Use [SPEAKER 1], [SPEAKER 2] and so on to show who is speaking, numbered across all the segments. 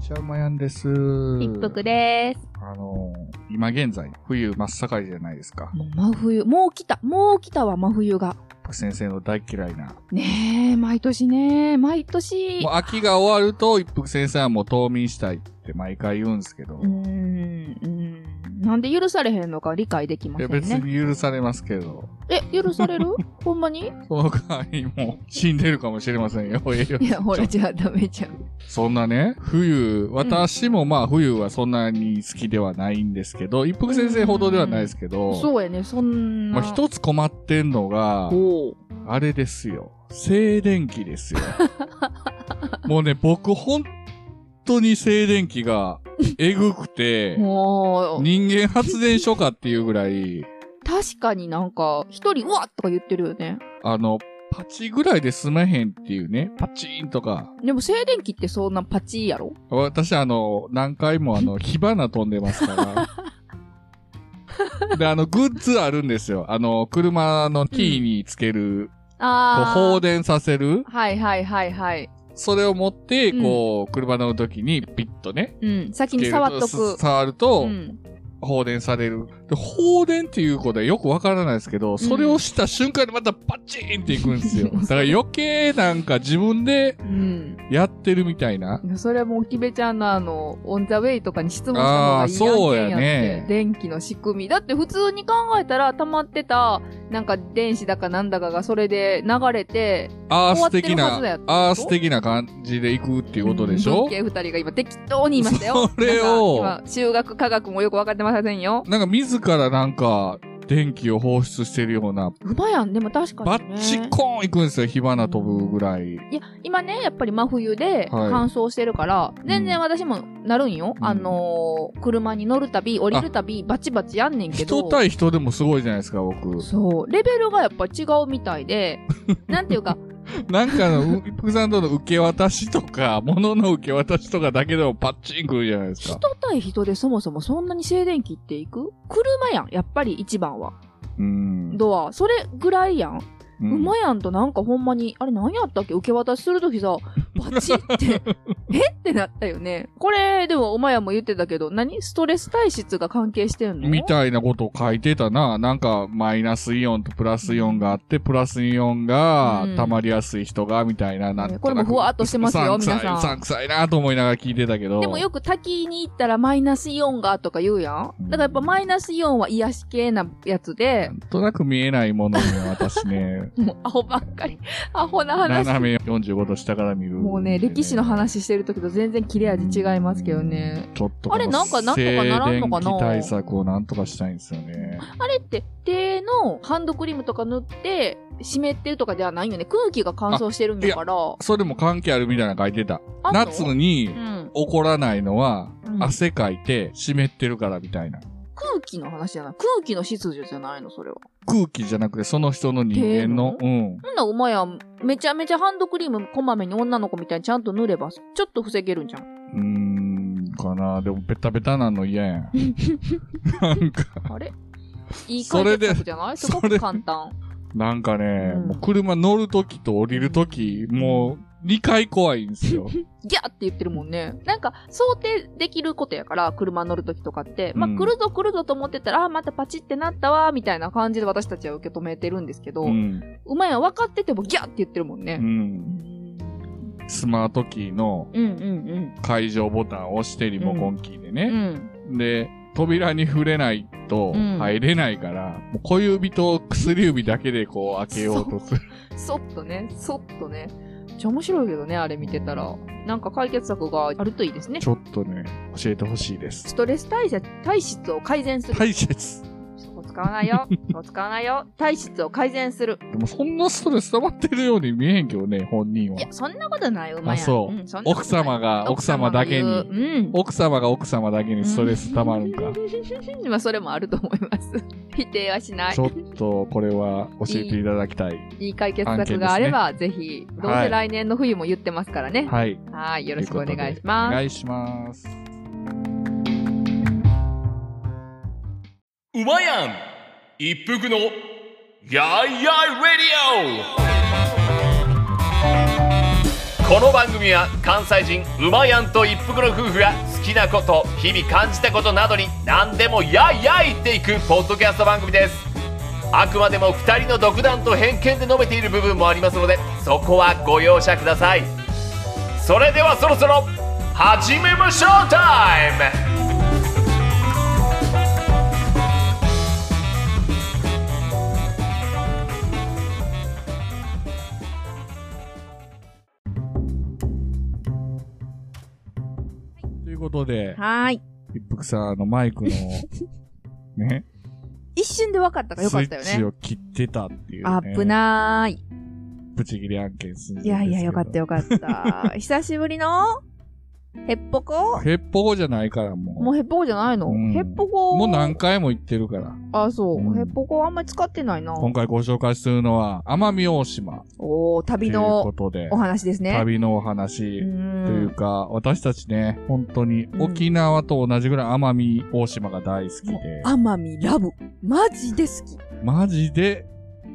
[SPEAKER 1] ちゃうまやんです。
[SPEAKER 2] 一服です。
[SPEAKER 1] あのー今現在、冬真っ盛りじゃないですか。
[SPEAKER 2] もう真冬。もう来た。もう来たわ、真冬が。
[SPEAKER 1] 先生の大嫌いな。
[SPEAKER 2] ねえ、毎年ね、毎年。
[SPEAKER 1] もう秋が終わると、一服先生はもう冬眠したいって毎回言うんですけど。
[SPEAKER 2] うーん、うーん。なんで許されへんのか理解でき
[SPEAKER 1] い
[SPEAKER 2] ませ
[SPEAKER 1] や、
[SPEAKER 2] ん
[SPEAKER 1] 別
[SPEAKER 2] ね。
[SPEAKER 1] に許されますけど。
[SPEAKER 2] え、許される ほんまに
[SPEAKER 1] その代わりもう死んでるかもしれませ んよ。栄養
[SPEAKER 2] いや、ほ
[SPEAKER 1] ちょ
[SPEAKER 2] ら、じゃあダメじゃん。
[SPEAKER 1] そんなね、冬、私もまあ冬はそんなに好きではないんですけど、一服先生ほどではないですけど、
[SPEAKER 2] そうやね、そんな。
[SPEAKER 1] まあ一つ困ってんのが、
[SPEAKER 2] おう
[SPEAKER 1] あれですよ。静電気です よ。もうね、僕本当に静電気がえぐくて、
[SPEAKER 2] もう、
[SPEAKER 1] 人間発電所かっていうぐらい、
[SPEAKER 2] 確かになんか、一人、うわっとか言ってるよね。
[SPEAKER 1] あの、パチぐらいで済まへんっていうね、パチーンとか、
[SPEAKER 2] でも静電気ってそんなパチやろ
[SPEAKER 1] 私、あの、何回もあ の、火花飛んでますから。で、あの、グッズあるんですよ。あの、車のキーにつける、こう
[SPEAKER 2] あー。
[SPEAKER 1] 放電させる。
[SPEAKER 2] はいはいはいはい。
[SPEAKER 1] それを持って、
[SPEAKER 2] うん
[SPEAKER 1] こう、車乗る時にピッとね。
[SPEAKER 2] うん。先に触っと
[SPEAKER 1] つける
[SPEAKER 2] く。
[SPEAKER 1] 触ると、
[SPEAKER 2] うん。
[SPEAKER 1] 放電される。で、放電っていうことはよくわからないですけど、それをした瞬間にまたパチーンっていくんです よ。だから余計なんか自分で
[SPEAKER 2] うん。
[SPEAKER 1] やってるみたいな。
[SPEAKER 2] いやそれはもう、きべちゃんのあの、オンザウェイとかに質問した方がいいやんけんやって。
[SPEAKER 1] あーそうやね
[SPEAKER 2] 電気の仕組み。だって普通に考えたら、溜まってた、なんか電子だかなんだかがそれで流れて、
[SPEAKER 1] アース的
[SPEAKER 2] 終わってるは
[SPEAKER 1] な
[SPEAKER 2] ずだよって、こと
[SPEAKER 1] アース的な感じで行くっていうことでしょ
[SPEAKER 2] 文系二人が今適当に言いましたよ。
[SPEAKER 1] それを
[SPEAKER 2] なんか今、修学科学もよくわかってませんよ。
[SPEAKER 1] なんか自らなんか電気を放出してるような、
[SPEAKER 2] うまやん、でも確か
[SPEAKER 1] バ
[SPEAKER 2] に、ね。
[SPEAKER 1] ッチコーン行くんですよ、火花飛ぶぐらい。
[SPEAKER 2] いや、今ね、やっぱり真冬で
[SPEAKER 1] はい
[SPEAKER 2] 乾燥してるから、全然私もなるんよ。
[SPEAKER 1] うん
[SPEAKER 2] あのー車に乗るたび、降りるたび、バチバチやんねんけど。
[SPEAKER 1] 人対人でもすごいじゃないですか、僕。
[SPEAKER 2] そう、レベルがやっぱ違うみたい で、なんていうか、
[SPEAKER 1] なんかの、一服さんとの受け渡しとか、物の受け渡しとかだけでもパッチンくるじゃないです
[SPEAKER 2] 人
[SPEAKER 1] か。
[SPEAKER 2] 対人でそもそもそんなに静電気っていく車やん、やっぱり一番は。
[SPEAKER 1] うん。
[SPEAKER 2] ドア、それぐらいやん。
[SPEAKER 1] う
[SPEAKER 2] うんまやんとなんかほんまに、あれ何やったっけ受け渡しするときさ、バチ って、えってなったよね。これ、でもおまやんも言ってたけど、何ストレス体質が関係してんの
[SPEAKER 1] みたいなことを書いてたな。なんか、マイナスイオンとプラスイオンがあって、プラスイオンが
[SPEAKER 2] うん
[SPEAKER 1] 溜まりやすい人が、みたいな。なんとなく
[SPEAKER 2] これもふわっとしてますよ
[SPEAKER 1] うくい
[SPEAKER 2] 皆さん
[SPEAKER 1] うくさいなと思いながら聞いてたけど。
[SPEAKER 2] でもよく滝に行ったらマイナスイオンがとか言うやん。だからやっぱマイナスイオンは癒し系なやつで
[SPEAKER 1] な、んとなく見えないものに私ね、
[SPEAKER 2] もうアホばっかり、アホな 話。
[SPEAKER 1] 斜め45度下から見る。
[SPEAKER 2] もうね、歴史の。話してる時と全然切れ味違いますけどね。
[SPEAKER 1] ちょっとこの
[SPEAKER 2] あれなんかなんとかならんのかな
[SPEAKER 1] 静電気対策をなんとかしたいんですよね。
[SPEAKER 2] あれって手のハンドクリームとか塗って湿ってるとかではないよね。空気が乾燥してるんだから。
[SPEAKER 1] それも関係あるみたいなの書いてた。
[SPEAKER 2] あんの
[SPEAKER 1] 夏に
[SPEAKER 2] うん。
[SPEAKER 1] 起こらないのは、
[SPEAKER 2] うん
[SPEAKER 1] 汗かいて湿ってるからみたいな。
[SPEAKER 2] 空気の話じゃない。空気の湿度じゃないの、それは。
[SPEAKER 1] 空気じゃなくてその人の人間の、うん。
[SPEAKER 2] ほんならお前はめちゃめちゃハンドクリームこまめに女の子みたいにちゃんと塗れば、ちょっと防げるんじゃん。
[SPEAKER 1] うーん、かな。でもベタベタなの嫌やん。なんか、
[SPEAKER 2] あれいい
[SPEAKER 1] そ
[SPEAKER 2] 解
[SPEAKER 1] れで
[SPEAKER 2] 決策じゃないすご
[SPEAKER 1] それ
[SPEAKER 2] く簡単。
[SPEAKER 1] なんかね、
[SPEAKER 2] うん
[SPEAKER 1] もう車乗るときと降りるとき、もう2回怖いんですよ。
[SPEAKER 2] ギャーって言ってるもんね。なんか、想定できることやから、車乗るときとかって。まあ、
[SPEAKER 1] うん
[SPEAKER 2] 来るぞ来るぞと思ってたら、あー、またパチってなったわ、みたいな感じで私たちは受け止めてるんですけど、
[SPEAKER 1] う。
[SPEAKER 2] うんまいは分かっててもギャーって言ってるもん
[SPEAKER 1] う
[SPEAKER 2] ね。
[SPEAKER 1] ん。スマートキーの
[SPEAKER 2] うんうん
[SPEAKER 1] 解除ボタンを押してリモコンキーで
[SPEAKER 2] うん。う
[SPEAKER 1] ね。
[SPEAKER 2] ん。
[SPEAKER 1] で、扉に触れないと
[SPEAKER 2] うん
[SPEAKER 1] 入れないから、もう小指と薬指だけでこう開けようとする。
[SPEAKER 2] そっとね、そっとね。めっちゃ面白いけどね、あれ見てたら。なんか解決策があるといいですね。
[SPEAKER 1] ちょっとね、教えてほしいです。
[SPEAKER 2] ストレス体質体質を改善する。
[SPEAKER 1] 大切。
[SPEAKER 2] そこ使わないよ。そこ使わないよ。体質を改善する。。
[SPEAKER 1] でもそんなストレス溜まってるように見えへんけどね、本人はい
[SPEAKER 2] や、そんなことない、う
[SPEAKER 1] あ
[SPEAKER 2] まいやん。
[SPEAKER 1] そうん
[SPEAKER 2] そんなこ
[SPEAKER 1] 奥
[SPEAKER 2] とない
[SPEAKER 1] 様が、奥様だけ
[SPEAKER 2] 奥様
[SPEAKER 1] に。
[SPEAKER 2] が言う
[SPEAKER 1] 奥様が奥様だけ
[SPEAKER 2] う
[SPEAKER 1] に
[SPEAKER 2] ん。
[SPEAKER 1] ストレス溜まるんか。。
[SPEAKER 2] まあ、それもあると思います。 否定はしない
[SPEAKER 1] ち。ょっと、これは教えていただきたい。
[SPEAKER 2] いい解決策があれば、ぜひ、どう
[SPEAKER 1] は
[SPEAKER 2] せ
[SPEAKER 1] い
[SPEAKER 2] 来年の冬も言ってますからね。はい、
[SPEAKER 1] はい。
[SPEAKER 2] よろしくお願いし
[SPEAKER 1] ということでお
[SPEAKER 2] ます。
[SPEAKER 1] 願いします。
[SPEAKER 3] うまやん一服のやいやいレディオこの番組は関西人うまやんと一服の夫婦が好きなこと日々感じたことなどに何でもやいやい言っていくポッドキャスト番組ですあくまでも2人の独断と偏見で述べている部分もありますのでそこはご容赦くださいそれではそろそろ始めましょうタイム
[SPEAKER 1] ということで、
[SPEAKER 2] はーい。
[SPEAKER 1] 一服さんのマイクの、ね、
[SPEAKER 2] 一瞬で分かった
[SPEAKER 1] ス
[SPEAKER 2] か
[SPEAKER 1] イ
[SPEAKER 2] らよかったよ
[SPEAKER 1] ッチ
[SPEAKER 2] ね。
[SPEAKER 1] を切ってたっていう、ね。
[SPEAKER 2] あぶなーい。
[SPEAKER 1] ブチ切り案件すんです
[SPEAKER 2] い
[SPEAKER 1] けど
[SPEAKER 2] やいや、よかった。よ かった。久しぶりの、へっぽこ
[SPEAKER 1] ヘッポコじゃないからもう。
[SPEAKER 2] もうへっぽこじゃないの
[SPEAKER 1] うん
[SPEAKER 2] へっぽこ。
[SPEAKER 1] もう何回も言ってるから。
[SPEAKER 2] あ、そうう。
[SPEAKER 1] ん
[SPEAKER 2] へっぽこあんまり使ってないな。
[SPEAKER 1] 今回ご紹介するのは、奄美大島
[SPEAKER 2] おー、
[SPEAKER 1] とい
[SPEAKER 2] 旅
[SPEAKER 1] うこ
[SPEAKER 2] の
[SPEAKER 1] とで
[SPEAKER 2] お、話ですね。
[SPEAKER 1] 旅のお
[SPEAKER 2] う
[SPEAKER 1] 話とい
[SPEAKER 2] ー。
[SPEAKER 1] うんか、私たちね、本当に
[SPEAKER 2] うん
[SPEAKER 1] 沖縄と同じぐらい奄美大島が大好き
[SPEAKER 2] も
[SPEAKER 1] で
[SPEAKER 2] う、奄美ラブ。マジで好き。
[SPEAKER 1] マジで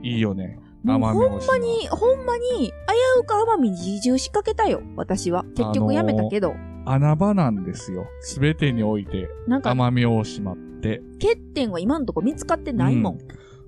[SPEAKER 1] いいよね。
[SPEAKER 2] も
[SPEAKER 1] 奄
[SPEAKER 2] う
[SPEAKER 1] 美大島。
[SPEAKER 2] ほんまに、ほんまに、危うく奄美に移住しかけたよ。私は。結局やめたけど。
[SPEAKER 1] 穴場なんですよ。すべてにおいて、
[SPEAKER 2] なんか、
[SPEAKER 1] 奄美大島って。
[SPEAKER 2] 欠点は今んとこ見つかってないもん。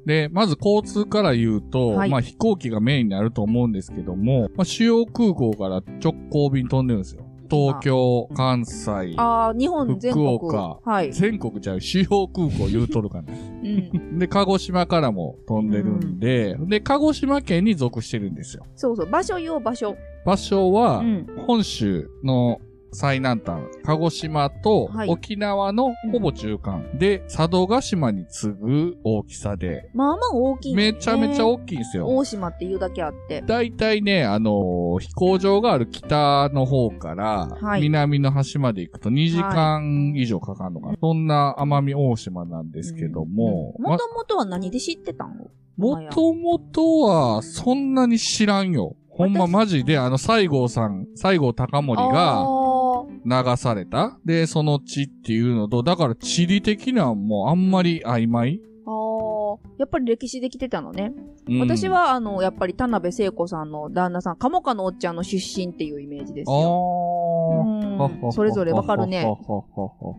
[SPEAKER 1] で、まず交通から言うと、
[SPEAKER 2] はい
[SPEAKER 1] まあ飛行機がメインになると思うんですけども、まあ主要空港から直行便飛んでるんですよ。東京、
[SPEAKER 2] うん
[SPEAKER 1] 関西、
[SPEAKER 2] あー、日本全国。
[SPEAKER 1] 福岡
[SPEAKER 2] は い。
[SPEAKER 1] 全国ちゃう主要空港言うとるかな。
[SPEAKER 2] うん。
[SPEAKER 1] で、鹿児島からも飛んでるんで、で、鹿児島県に属してるんですよ。
[SPEAKER 2] そうそう。場所よ、場所。
[SPEAKER 1] 場所は、
[SPEAKER 2] うん
[SPEAKER 1] 本州の最南端、鹿児島と
[SPEAKER 2] はい
[SPEAKER 1] 沖縄のほぼ中間、で、佐渡島に次ぐ大きさで、
[SPEAKER 2] まあまあ大きい、ね。
[SPEAKER 1] めちゃめちゃ
[SPEAKER 2] 大きい。
[SPEAKER 1] 大きいんですよ。
[SPEAKER 2] 大島っていうだけあって。
[SPEAKER 1] 大体ね、あのー飛行場がある北の方から、
[SPEAKER 2] はい
[SPEAKER 1] 南の端まで行くと2時間以上かかるのかな。そんな奄美大島なんですけども、
[SPEAKER 2] もともとは何で知ってたん
[SPEAKER 1] もともとはそんなに知らんよ。ほんま
[SPEAKER 2] 私
[SPEAKER 1] マジで、あの、西郷さん、西郷隆盛
[SPEAKER 2] あ
[SPEAKER 1] が
[SPEAKER 2] ー
[SPEAKER 1] 流されたで、その地っていうのと、だから地理的なんもうあんまり曖昧、
[SPEAKER 2] あー。やっぱり歴史できてたのね。
[SPEAKER 1] うん
[SPEAKER 2] 私、は、あの、やっぱり田辺聖子さんの旦那さん、鴨川のおっちゃんの出身っていうイメージです
[SPEAKER 1] あ
[SPEAKER 2] よ。
[SPEAKER 1] ー
[SPEAKER 2] うん。それぞれわかるね。。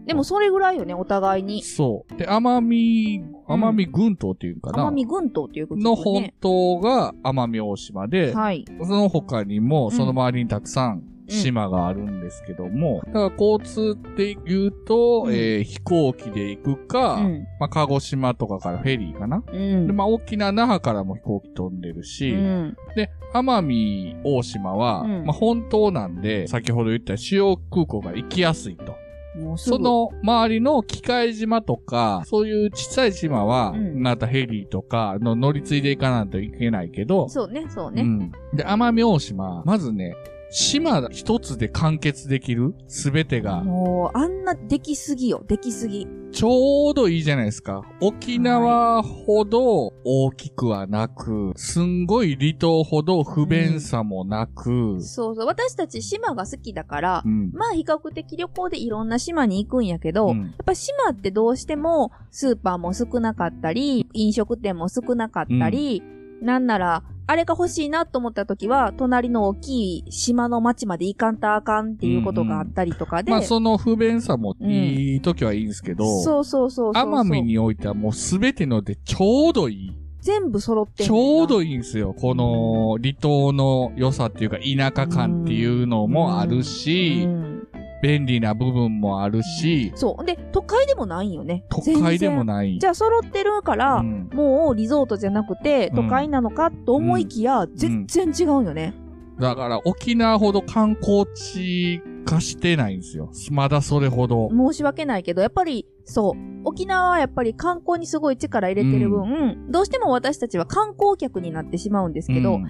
[SPEAKER 2] でも、それぐらいよね、お互いに。
[SPEAKER 1] そう。で、奄美、奄美群島っていうかな。
[SPEAKER 2] 奄美群島っていうこと
[SPEAKER 1] の
[SPEAKER 2] です
[SPEAKER 1] 本
[SPEAKER 2] ね。
[SPEAKER 1] 島が奄美大島で、
[SPEAKER 2] はい。
[SPEAKER 1] その他にも、その周りにたくさん
[SPEAKER 2] ん
[SPEAKER 1] 島があるんですけども、だから交通って言うと、
[SPEAKER 2] うん
[SPEAKER 1] えー飛行機で行く
[SPEAKER 2] う
[SPEAKER 1] か、
[SPEAKER 2] ん。
[SPEAKER 1] まあ、鹿児島とかからフェリーかな。
[SPEAKER 2] う
[SPEAKER 1] で、
[SPEAKER 2] ん。
[SPEAKER 1] まあ、沖縄、那覇からも飛行機飛んでる
[SPEAKER 2] う
[SPEAKER 1] し、
[SPEAKER 2] ん。
[SPEAKER 1] で、奄美大島は、
[SPEAKER 2] うん
[SPEAKER 1] まあ、本島なんで、先ほど言った主要空港が行きやすいと。
[SPEAKER 2] もうすぐ
[SPEAKER 1] そ、の周りの機械島とか、そういう小さい島は、
[SPEAKER 2] うん
[SPEAKER 1] またヘリとかの乗り継いでいかないといけないけど、
[SPEAKER 2] そうね、そう
[SPEAKER 1] う
[SPEAKER 2] ね。
[SPEAKER 1] ん。で、奄美大島、まずね、島一つで完結できるすべてが、
[SPEAKER 2] もう、あんな出来すぎよ、出来すぎ。
[SPEAKER 1] ちょうどいいじゃないですか。沖縄ほど大きくはなく、すんごい離島ほど不便さもなく、
[SPEAKER 2] そうそう。私たち島が好きだから
[SPEAKER 1] う、ん。
[SPEAKER 2] まあ比較的旅行でいろんな島に行くんやけど、
[SPEAKER 1] うん
[SPEAKER 2] やっぱ島ってどうしてもスーパーも少なかったり、飲食店も少なかったり、なんなら、あれが欲しいなと思った時は、隣の大きい島の町まで行かんとあかんっていうことがあったりとかで、
[SPEAKER 1] まあ、その不便さもいい時はいいんですけど、
[SPEAKER 2] そうそうそうそうそう。
[SPEAKER 1] 奄美においてはもうすべてのでちょうどいい。
[SPEAKER 2] 全部揃ってん
[SPEAKER 1] ち
[SPEAKER 2] ねんな
[SPEAKER 1] ょうどいいんですよ。この離島の良さっていうか田舎感っていうのもあるし
[SPEAKER 2] う、ん
[SPEAKER 1] 便利な部分もあるし、
[SPEAKER 2] そう。で、都会でもないんよね。
[SPEAKER 1] 都会でも
[SPEAKER 2] ない。
[SPEAKER 1] ない
[SPEAKER 2] じ。ゃあ揃ってるから、
[SPEAKER 1] うん
[SPEAKER 2] もうリゾートじゃなくて都会なのかと思いきや、全然違うんよね。
[SPEAKER 1] だから沖縄ほど観光地化してないんですよ。まだそれほど。
[SPEAKER 2] 申し訳ないけど、やっぱりそう。沖縄はやっぱり観光にすごい力入れてる分、どうしても私たちは観光客になってしまうんですけど、
[SPEAKER 1] うん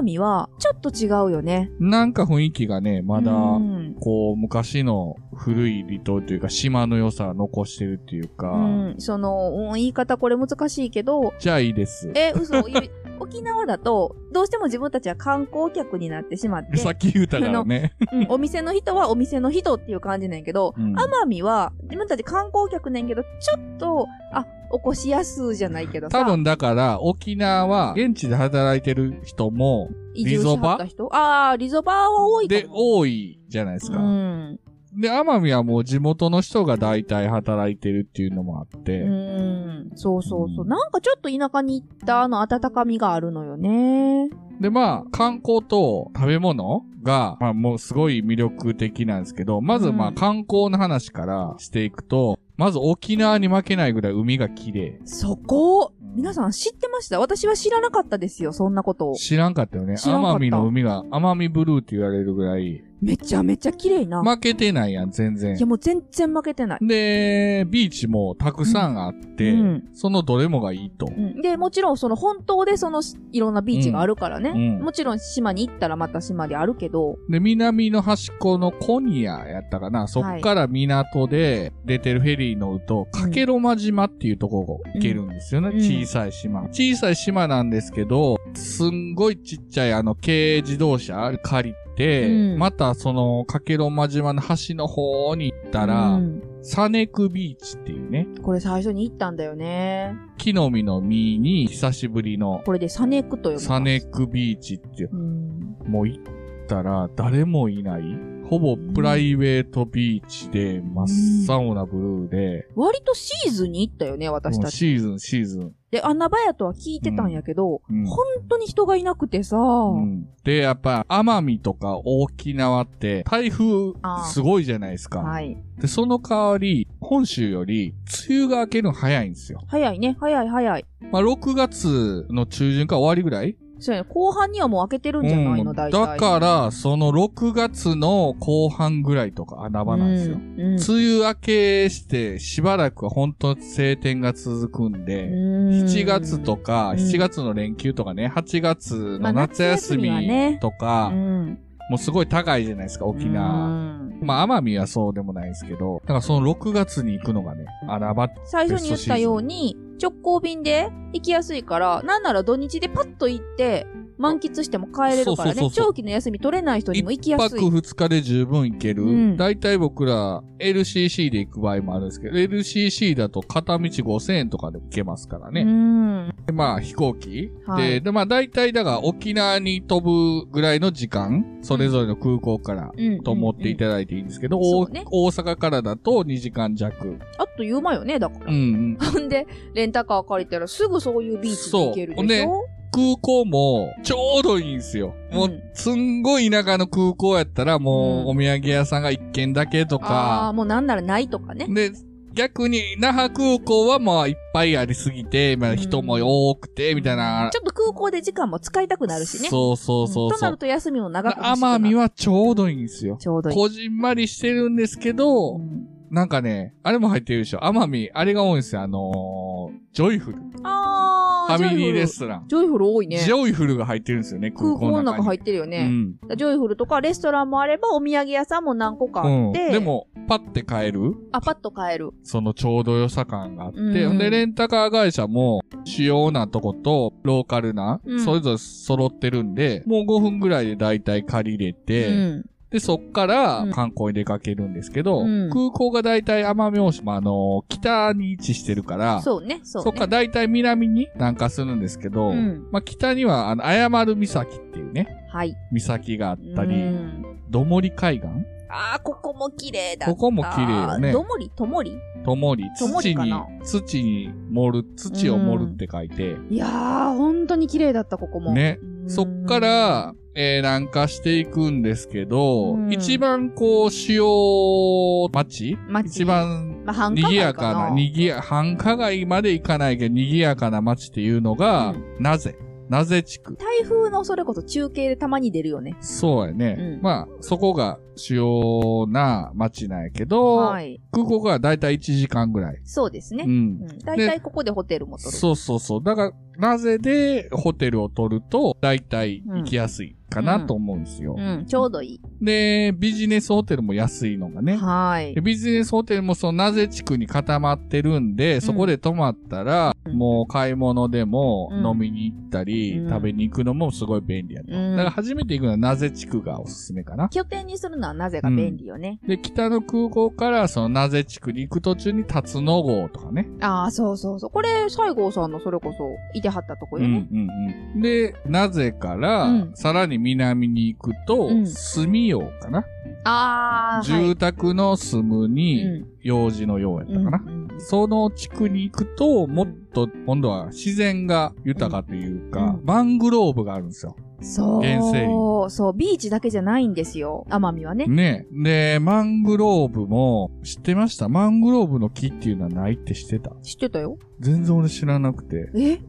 [SPEAKER 2] 奄美はちょっと違うよね。
[SPEAKER 1] なんか雰囲気がね、まだ、
[SPEAKER 2] うん
[SPEAKER 1] こう、昔の古い離島というか、島の良さを残してるっていうか、
[SPEAKER 2] うんその、うん言い方これ難しいけど、
[SPEAKER 1] じゃあいいです。
[SPEAKER 2] え、嘘、い沖縄だと、どうしても自分たちは観光客になってしまって、
[SPEAKER 1] さっき言うたからね。
[SPEAKER 2] うんお店の人はお店の人っていう感じなんやけど、
[SPEAKER 1] うん
[SPEAKER 2] 奄美は、自分たち観光客ねんけど、ちょっと、あ、起こしやすじゃないけど さ。
[SPEAKER 1] 多分だから、沖縄は、現地で働いてる人も、
[SPEAKER 2] 移住しはった人ああ、リゾバは多いかも
[SPEAKER 1] で、多いじゃないです
[SPEAKER 2] う
[SPEAKER 1] か。
[SPEAKER 2] ん。
[SPEAKER 1] で、奄美はもう地元の人が大体働いてるっていうのもあって、
[SPEAKER 2] うん。そうそうそうう。
[SPEAKER 1] ん
[SPEAKER 2] なんかちょっと田舎に行ったあの温かみがあるのよね。
[SPEAKER 1] で、まあ、観光と食べ物が、まあ、もうすごい魅力的なんですけど、まず、ま
[SPEAKER 2] う
[SPEAKER 1] あ、
[SPEAKER 2] ん
[SPEAKER 1] 観光の話からしていくと、まず沖縄に負けないぐらい海が綺麗。
[SPEAKER 2] そこ、皆さん知ってました私は知らなかったですよ、そんなことを。
[SPEAKER 1] 知らんかったよね。
[SPEAKER 2] 知らんかった
[SPEAKER 1] 奄美の海が、奄美ブルーって言われるぐらい、
[SPEAKER 2] めちゃめちゃ綺麗な。
[SPEAKER 1] 負けてないやん、全然
[SPEAKER 2] いや、。もう全然負けてない。
[SPEAKER 1] で、ビーチもたくさんあって、
[SPEAKER 2] うん
[SPEAKER 1] そのどれもがいいと。
[SPEAKER 2] うん、で、もちろんその本当でそのいろんなビーチがあるからね。
[SPEAKER 1] うんうん
[SPEAKER 2] もちろん島に行ったらまた島であるけど。
[SPEAKER 1] で、南の端っこのコニアやったかな。そっから港で出てるフェリー乗ると、
[SPEAKER 2] うん
[SPEAKER 1] かけろま島っていうところ行けるんですよね。
[SPEAKER 2] うん
[SPEAKER 1] 小さい島。小さい島なんですけど、すんごいちっちゃいあの軽自動車借りて、
[SPEAKER 2] うん
[SPEAKER 1] またそのかけろま島の端の方に行ったら、
[SPEAKER 2] うん
[SPEAKER 1] サネクビーチっていうね、
[SPEAKER 2] これ最初に行ったんだよね。
[SPEAKER 1] 木の実の実に久しぶりの
[SPEAKER 2] これでサネクと呼ぶます。
[SPEAKER 1] サネクビーチっていう、
[SPEAKER 2] うん。
[SPEAKER 1] もう行ったら誰もいない。ほぼプライベートビーチで真っ青なブルーで、
[SPEAKER 2] 割とシーズンに行ったよね、私
[SPEAKER 1] もう
[SPEAKER 2] たち。
[SPEAKER 1] シーズン、シーズン。
[SPEAKER 2] で、穴場やとは聞いてたんやけど、
[SPEAKER 1] うんうん
[SPEAKER 2] 本当に人がいなくてさ、
[SPEAKER 1] うんで、やっぱ、奄美とか沖縄って台風
[SPEAKER 2] あー
[SPEAKER 1] すごいじゃないですか。
[SPEAKER 2] はい。
[SPEAKER 1] で、その代わり、本州より梅雨が明けるの早いんですよ。
[SPEAKER 2] 早いね、早い早い。
[SPEAKER 1] まあ、6月の中旬か終わりぐらい
[SPEAKER 2] そうやね、後半にはもう開けてるんじゃないの、
[SPEAKER 1] うん
[SPEAKER 2] 大
[SPEAKER 1] だ
[SPEAKER 2] 体。
[SPEAKER 1] から、その6月の後半ぐらいとか穴場なんですよ。
[SPEAKER 2] うんうん
[SPEAKER 1] 梅雨明けしてしばらくは本当晴天が続くんで、7
[SPEAKER 2] 7
[SPEAKER 1] 月とか、
[SPEAKER 2] うん
[SPEAKER 1] 7月の連休とかね、8月
[SPEAKER 2] まあ
[SPEAKER 1] の夏休
[SPEAKER 2] 夏休みはね
[SPEAKER 1] みとか、
[SPEAKER 2] うん、
[SPEAKER 1] もうすごい高いじゃないですか、沖縄。
[SPEAKER 2] うん
[SPEAKER 1] まあ、奄美はそうでもないですけど、だからその6月に行くのがね、穴場。
[SPEAKER 2] 最初に言ったように、直行便で行きやすいから、なんなら土日でパッと行って、満喫しても帰れるからね。
[SPEAKER 1] そうそうそうそう
[SPEAKER 2] 長期の休み取れない人に
[SPEAKER 1] 一
[SPEAKER 2] も行きやす
[SPEAKER 1] 泊
[SPEAKER 2] い。
[SPEAKER 1] 二日で十分行ける。
[SPEAKER 2] うん
[SPEAKER 1] だいたい僕ら LCC で行く場合もあるんですけど、LCC だと片道5000円とかで行けますからね。
[SPEAKER 2] うん。
[SPEAKER 1] でまあ飛行機、
[SPEAKER 2] はい
[SPEAKER 1] で、で、まあ大体だが沖縄に飛ぶぐらいの時間、それぞれの空港から、
[SPEAKER 2] うん。
[SPEAKER 1] と思ってい
[SPEAKER 2] うん
[SPEAKER 1] ただいていいんですけど、
[SPEAKER 2] うん
[SPEAKER 1] お
[SPEAKER 2] そうね
[SPEAKER 1] 大阪からだと2時間弱。
[SPEAKER 2] あっという間よね、だから。
[SPEAKER 1] うんうん。
[SPEAKER 2] ほんで、レンタカー借りたらすぐそういうビーチに行けるでし
[SPEAKER 1] そ
[SPEAKER 2] ょ
[SPEAKER 1] うね空港もちょうどいいんですよ。も
[SPEAKER 2] う、
[SPEAKER 1] うんすんごい田舎の空港やったらもう、
[SPEAKER 2] うん
[SPEAKER 1] お土産屋さんが1軒だけと
[SPEAKER 2] ああ、
[SPEAKER 1] か、
[SPEAKER 2] もうなんならないとかね。
[SPEAKER 1] で、逆に那覇空港はまあいっぱいありすぎて、まあ人も多くて、みたいな。
[SPEAKER 2] ちょっと空港で時間も使いたくなるしね。
[SPEAKER 1] そうそうそう
[SPEAKER 2] と
[SPEAKER 1] そ
[SPEAKER 2] なる
[SPEAKER 1] う。
[SPEAKER 2] と休みも長く欲しくな
[SPEAKER 1] 奄
[SPEAKER 2] る
[SPEAKER 1] 美はちょうどいいんですよ。
[SPEAKER 2] ちょうどいい。
[SPEAKER 1] こじんまりしてるんですけど、
[SPEAKER 2] うん
[SPEAKER 1] なんかね、あれも入ってるでしょ。奄美、あれが多いんですよ。あのー、ジョイフル。フ
[SPEAKER 2] ああ、
[SPEAKER 1] ァミリーレ
[SPEAKER 2] ジョイフ
[SPEAKER 1] ストラン
[SPEAKER 2] ル。。ジョイフル多いね。
[SPEAKER 1] ジョイフルが入ってるんですよね、空
[SPEAKER 2] 空
[SPEAKER 1] 港
[SPEAKER 2] 港
[SPEAKER 1] の
[SPEAKER 2] の
[SPEAKER 1] 中
[SPEAKER 2] 中
[SPEAKER 1] に。
[SPEAKER 2] 入ってるよ
[SPEAKER 1] う
[SPEAKER 2] ね。
[SPEAKER 1] ん。
[SPEAKER 2] ジョイフルとかレストランもあればお土産屋さんも何個かあ
[SPEAKER 1] う
[SPEAKER 2] っ
[SPEAKER 1] ん。
[SPEAKER 2] て、
[SPEAKER 1] でも、パッて買える
[SPEAKER 2] あパッと買える。
[SPEAKER 1] そのちょうど良さ感があって、
[SPEAKER 2] うんうん
[SPEAKER 1] で、レンタカー会社も主要なとことローカルな、
[SPEAKER 2] うん
[SPEAKER 1] それぞれ揃ってるんで、もう5分ぐらいで大体借りれて、
[SPEAKER 2] うん
[SPEAKER 1] で、そっから
[SPEAKER 2] うん
[SPEAKER 1] 観光に出かけるんですけど、
[SPEAKER 2] うん
[SPEAKER 1] 空港が大体奄美大島、あの、北に位置してるから、
[SPEAKER 2] そうね、そう、ね。
[SPEAKER 1] そっから大体南に南下するんですけど、
[SPEAKER 2] うん
[SPEAKER 1] まあ北には、あの、謝る岬っていうね、
[SPEAKER 2] はい。
[SPEAKER 1] 岬があった
[SPEAKER 2] う
[SPEAKER 1] り、
[SPEAKER 2] ん
[SPEAKER 1] どもり海岸
[SPEAKER 2] ああ、ここも綺麗だった。
[SPEAKER 1] ここも綺麗よね
[SPEAKER 2] どもり、ともり
[SPEAKER 1] ともり、
[SPEAKER 2] とも
[SPEAKER 1] 土
[SPEAKER 2] りか
[SPEAKER 1] に
[SPEAKER 2] な、
[SPEAKER 1] 土に盛る、土を盛るって書いて、
[SPEAKER 2] いやー、本当に綺麗だった、ここも。
[SPEAKER 1] ね
[SPEAKER 2] うん
[SPEAKER 1] そっか、ら、えー、南下していくんですけど、
[SPEAKER 2] うん
[SPEAKER 1] 一番こう、主要町
[SPEAKER 2] 街
[SPEAKER 1] 一、番
[SPEAKER 2] まあ、繁華
[SPEAKER 1] 賑
[SPEAKER 2] 街
[SPEAKER 1] や
[SPEAKER 2] か
[SPEAKER 1] かな、
[SPEAKER 2] な。
[SPEAKER 1] 賑や、繁華街まで行かないけど、賑やかな町っていうのが、
[SPEAKER 2] う
[SPEAKER 1] なぜなぜ地区。
[SPEAKER 2] 台風のそれこそ中継でたまに出るよね。
[SPEAKER 1] そうやね。
[SPEAKER 2] うん
[SPEAKER 1] まあ、そこが主要な町なんやけど、
[SPEAKER 2] はい。
[SPEAKER 1] 空港からだいたい1時間ぐらい。
[SPEAKER 2] そうです
[SPEAKER 1] う
[SPEAKER 2] ね。
[SPEAKER 1] ん
[SPEAKER 2] う。ん。大体ここでホテルも取る。
[SPEAKER 1] そうそうそう。だから、なぜでホテルを取ると、だいたい行きやすい。かなと思うんですよ。
[SPEAKER 2] うん、ちょうどい
[SPEAKER 1] で、ビジネスホテルも安いのが
[SPEAKER 2] い。
[SPEAKER 1] ね。
[SPEAKER 2] はい
[SPEAKER 1] で。ビジネスホテルもそのなぜ地区に固まってるんで、そこで泊まったら、
[SPEAKER 2] うん
[SPEAKER 1] もう買い物でも
[SPEAKER 2] うん
[SPEAKER 1] 飲みに行ったり、
[SPEAKER 2] うん
[SPEAKER 1] 食べに行くのもすごい便利やと。
[SPEAKER 2] うん
[SPEAKER 1] だから初めて行くのはなぜ地区がおすすめかな。
[SPEAKER 2] 拠点にするのはなぜか便利よね。
[SPEAKER 1] で、北の空港からそのなぜ地区に行く途中に辰野号とかね。
[SPEAKER 2] ああ、そうそうそう。これ、西郷さんのそれこそ、いてはったとこ
[SPEAKER 1] うん
[SPEAKER 2] よ
[SPEAKER 1] う
[SPEAKER 2] ね。
[SPEAKER 1] んうん。で、なぜから、
[SPEAKER 2] うん
[SPEAKER 1] さらに南に行くと、
[SPEAKER 2] うん
[SPEAKER 1] 住用かな。
[SPEAKER 2] ああ、はい。
[SPEAKER 1] 住宅の住むに、
[SPEAKER 2] うん
[SPEAKER 1] 用事の用やったかな。
[SPEAKER 2] うん
[SPEAKER 1] その地区に行くと、もっと今度は自然が豊かというか、
[SPEAKER 2] うん
[SPEAKER 1] マングローブがあるんですよ。
[SPEAKER 2] そ
[SPEAKER 1] 原生
[SPEAKER 2] う、そう、ビーチだけじゃないんですよ。奄美はね。
[SPEAKER 1] ねで、マングローブも、知ってましたマングローブの木っていうのはないって知ってた
[SPEAKER 2] 知ってたよ。
[SPEAKER 1] 全然俺知らなくて。
[SPEAKER 2] え